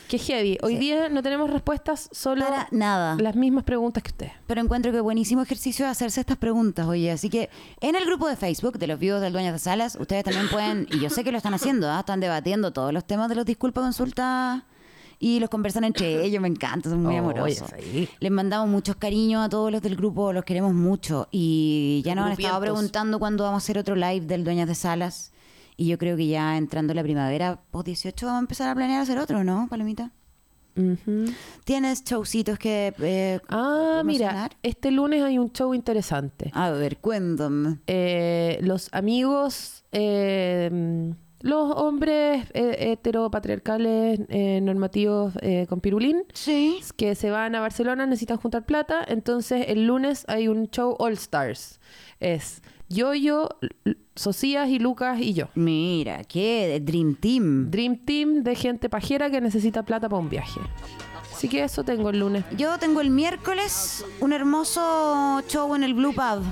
Que heavy. Hoy día no tenemos respuestas, solo Para nada. las mismas preguntas que ustedes. Pero encuentro que buenísimo ejercicio hacerse estas preguntas, oye. Así que en el grupo de Facebook de los vivos del Dueñas de Salas, ustedes también pueden, y yo sé que lo están haciendo, ¿ah? están debatiendo todos los temas de los disculpas consultas y los conversan entre ellos, me encanta, son muy Oh, Oye, amorosos. sí. Les mandamos muchos cariños a todos los del grupo, los queremos mucho. Y ya nos han estado Grupientos. preguntando cuándo vamos a hacer otro live del Dueñas de Salas. Y yo creo que ya entrando la primavera, post 18, vamos a empezar a planear hacer otro, ¿no, Palomita? Ujú. ¿Tienes showcitos que... eh, Ah, mira, promocionar? este lunes hay un show interesante. A ver, cuéntame. Eh, los amigos eh, los hombres eh, heteropatriarcales eh, normativos eh, con pirulín Sí. que se van a Barcelona, necesitan juntar plata, entonces el lunes hay un show All Stars. Es Yo-Yo, L- Socias y Lucas y yo. Mira, qué Dream Team. Dream Team de gente pajera que necesita plata para un viaje. Así que eso tengo el lunes. Yo tengo el miércoles un hermoso show en el Blue Pub.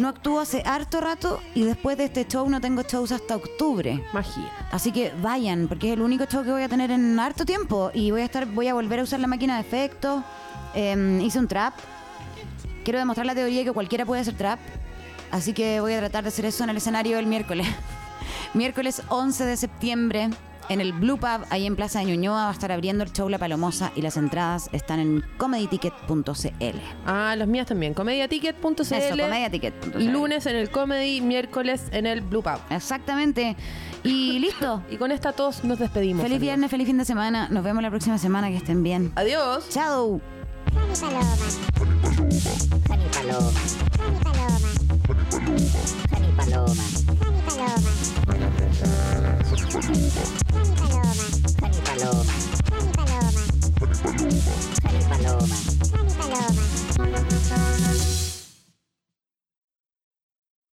No actúo hace harto rato y después de este show no tengo shows hasta octubre. Magia. Así que vayan, porque es el único show que voy a tener en harto tiempo y voy a estar, voy a volver a usar la máquina de efectos. Em, hice un trap. Quiero demostrar la teoría de que cualquiera puede hacer trap. Así que voy a tratar de hacer eso en el escenario el miércoles. miércoles 11 de septiembre en el Blue Pub, ahí en Plaza de Ñuñoa, va a estar abriendo el show La Palomosa y las entradas están en comedyticket.cl. Ah, los mías también. Comediaticket.cl. Eso, comediaticket.cl. Lunes en el Comedy, miércoles en el Blue Pub. Exactamente. Y listo. Y con esta todos nos despedimos. feliz amigos. viernes, feliz fin de semana. Nos vemos la próxima semana. Que estén bien. Adiós. Chao. Honey Paloma. Honey Paloma. Honey Paloma. Honey Paloma. Honey Paloma. Honey Paloma. Honey Paloma. Honey Paloma. Honey Paloma. Honey Paloma.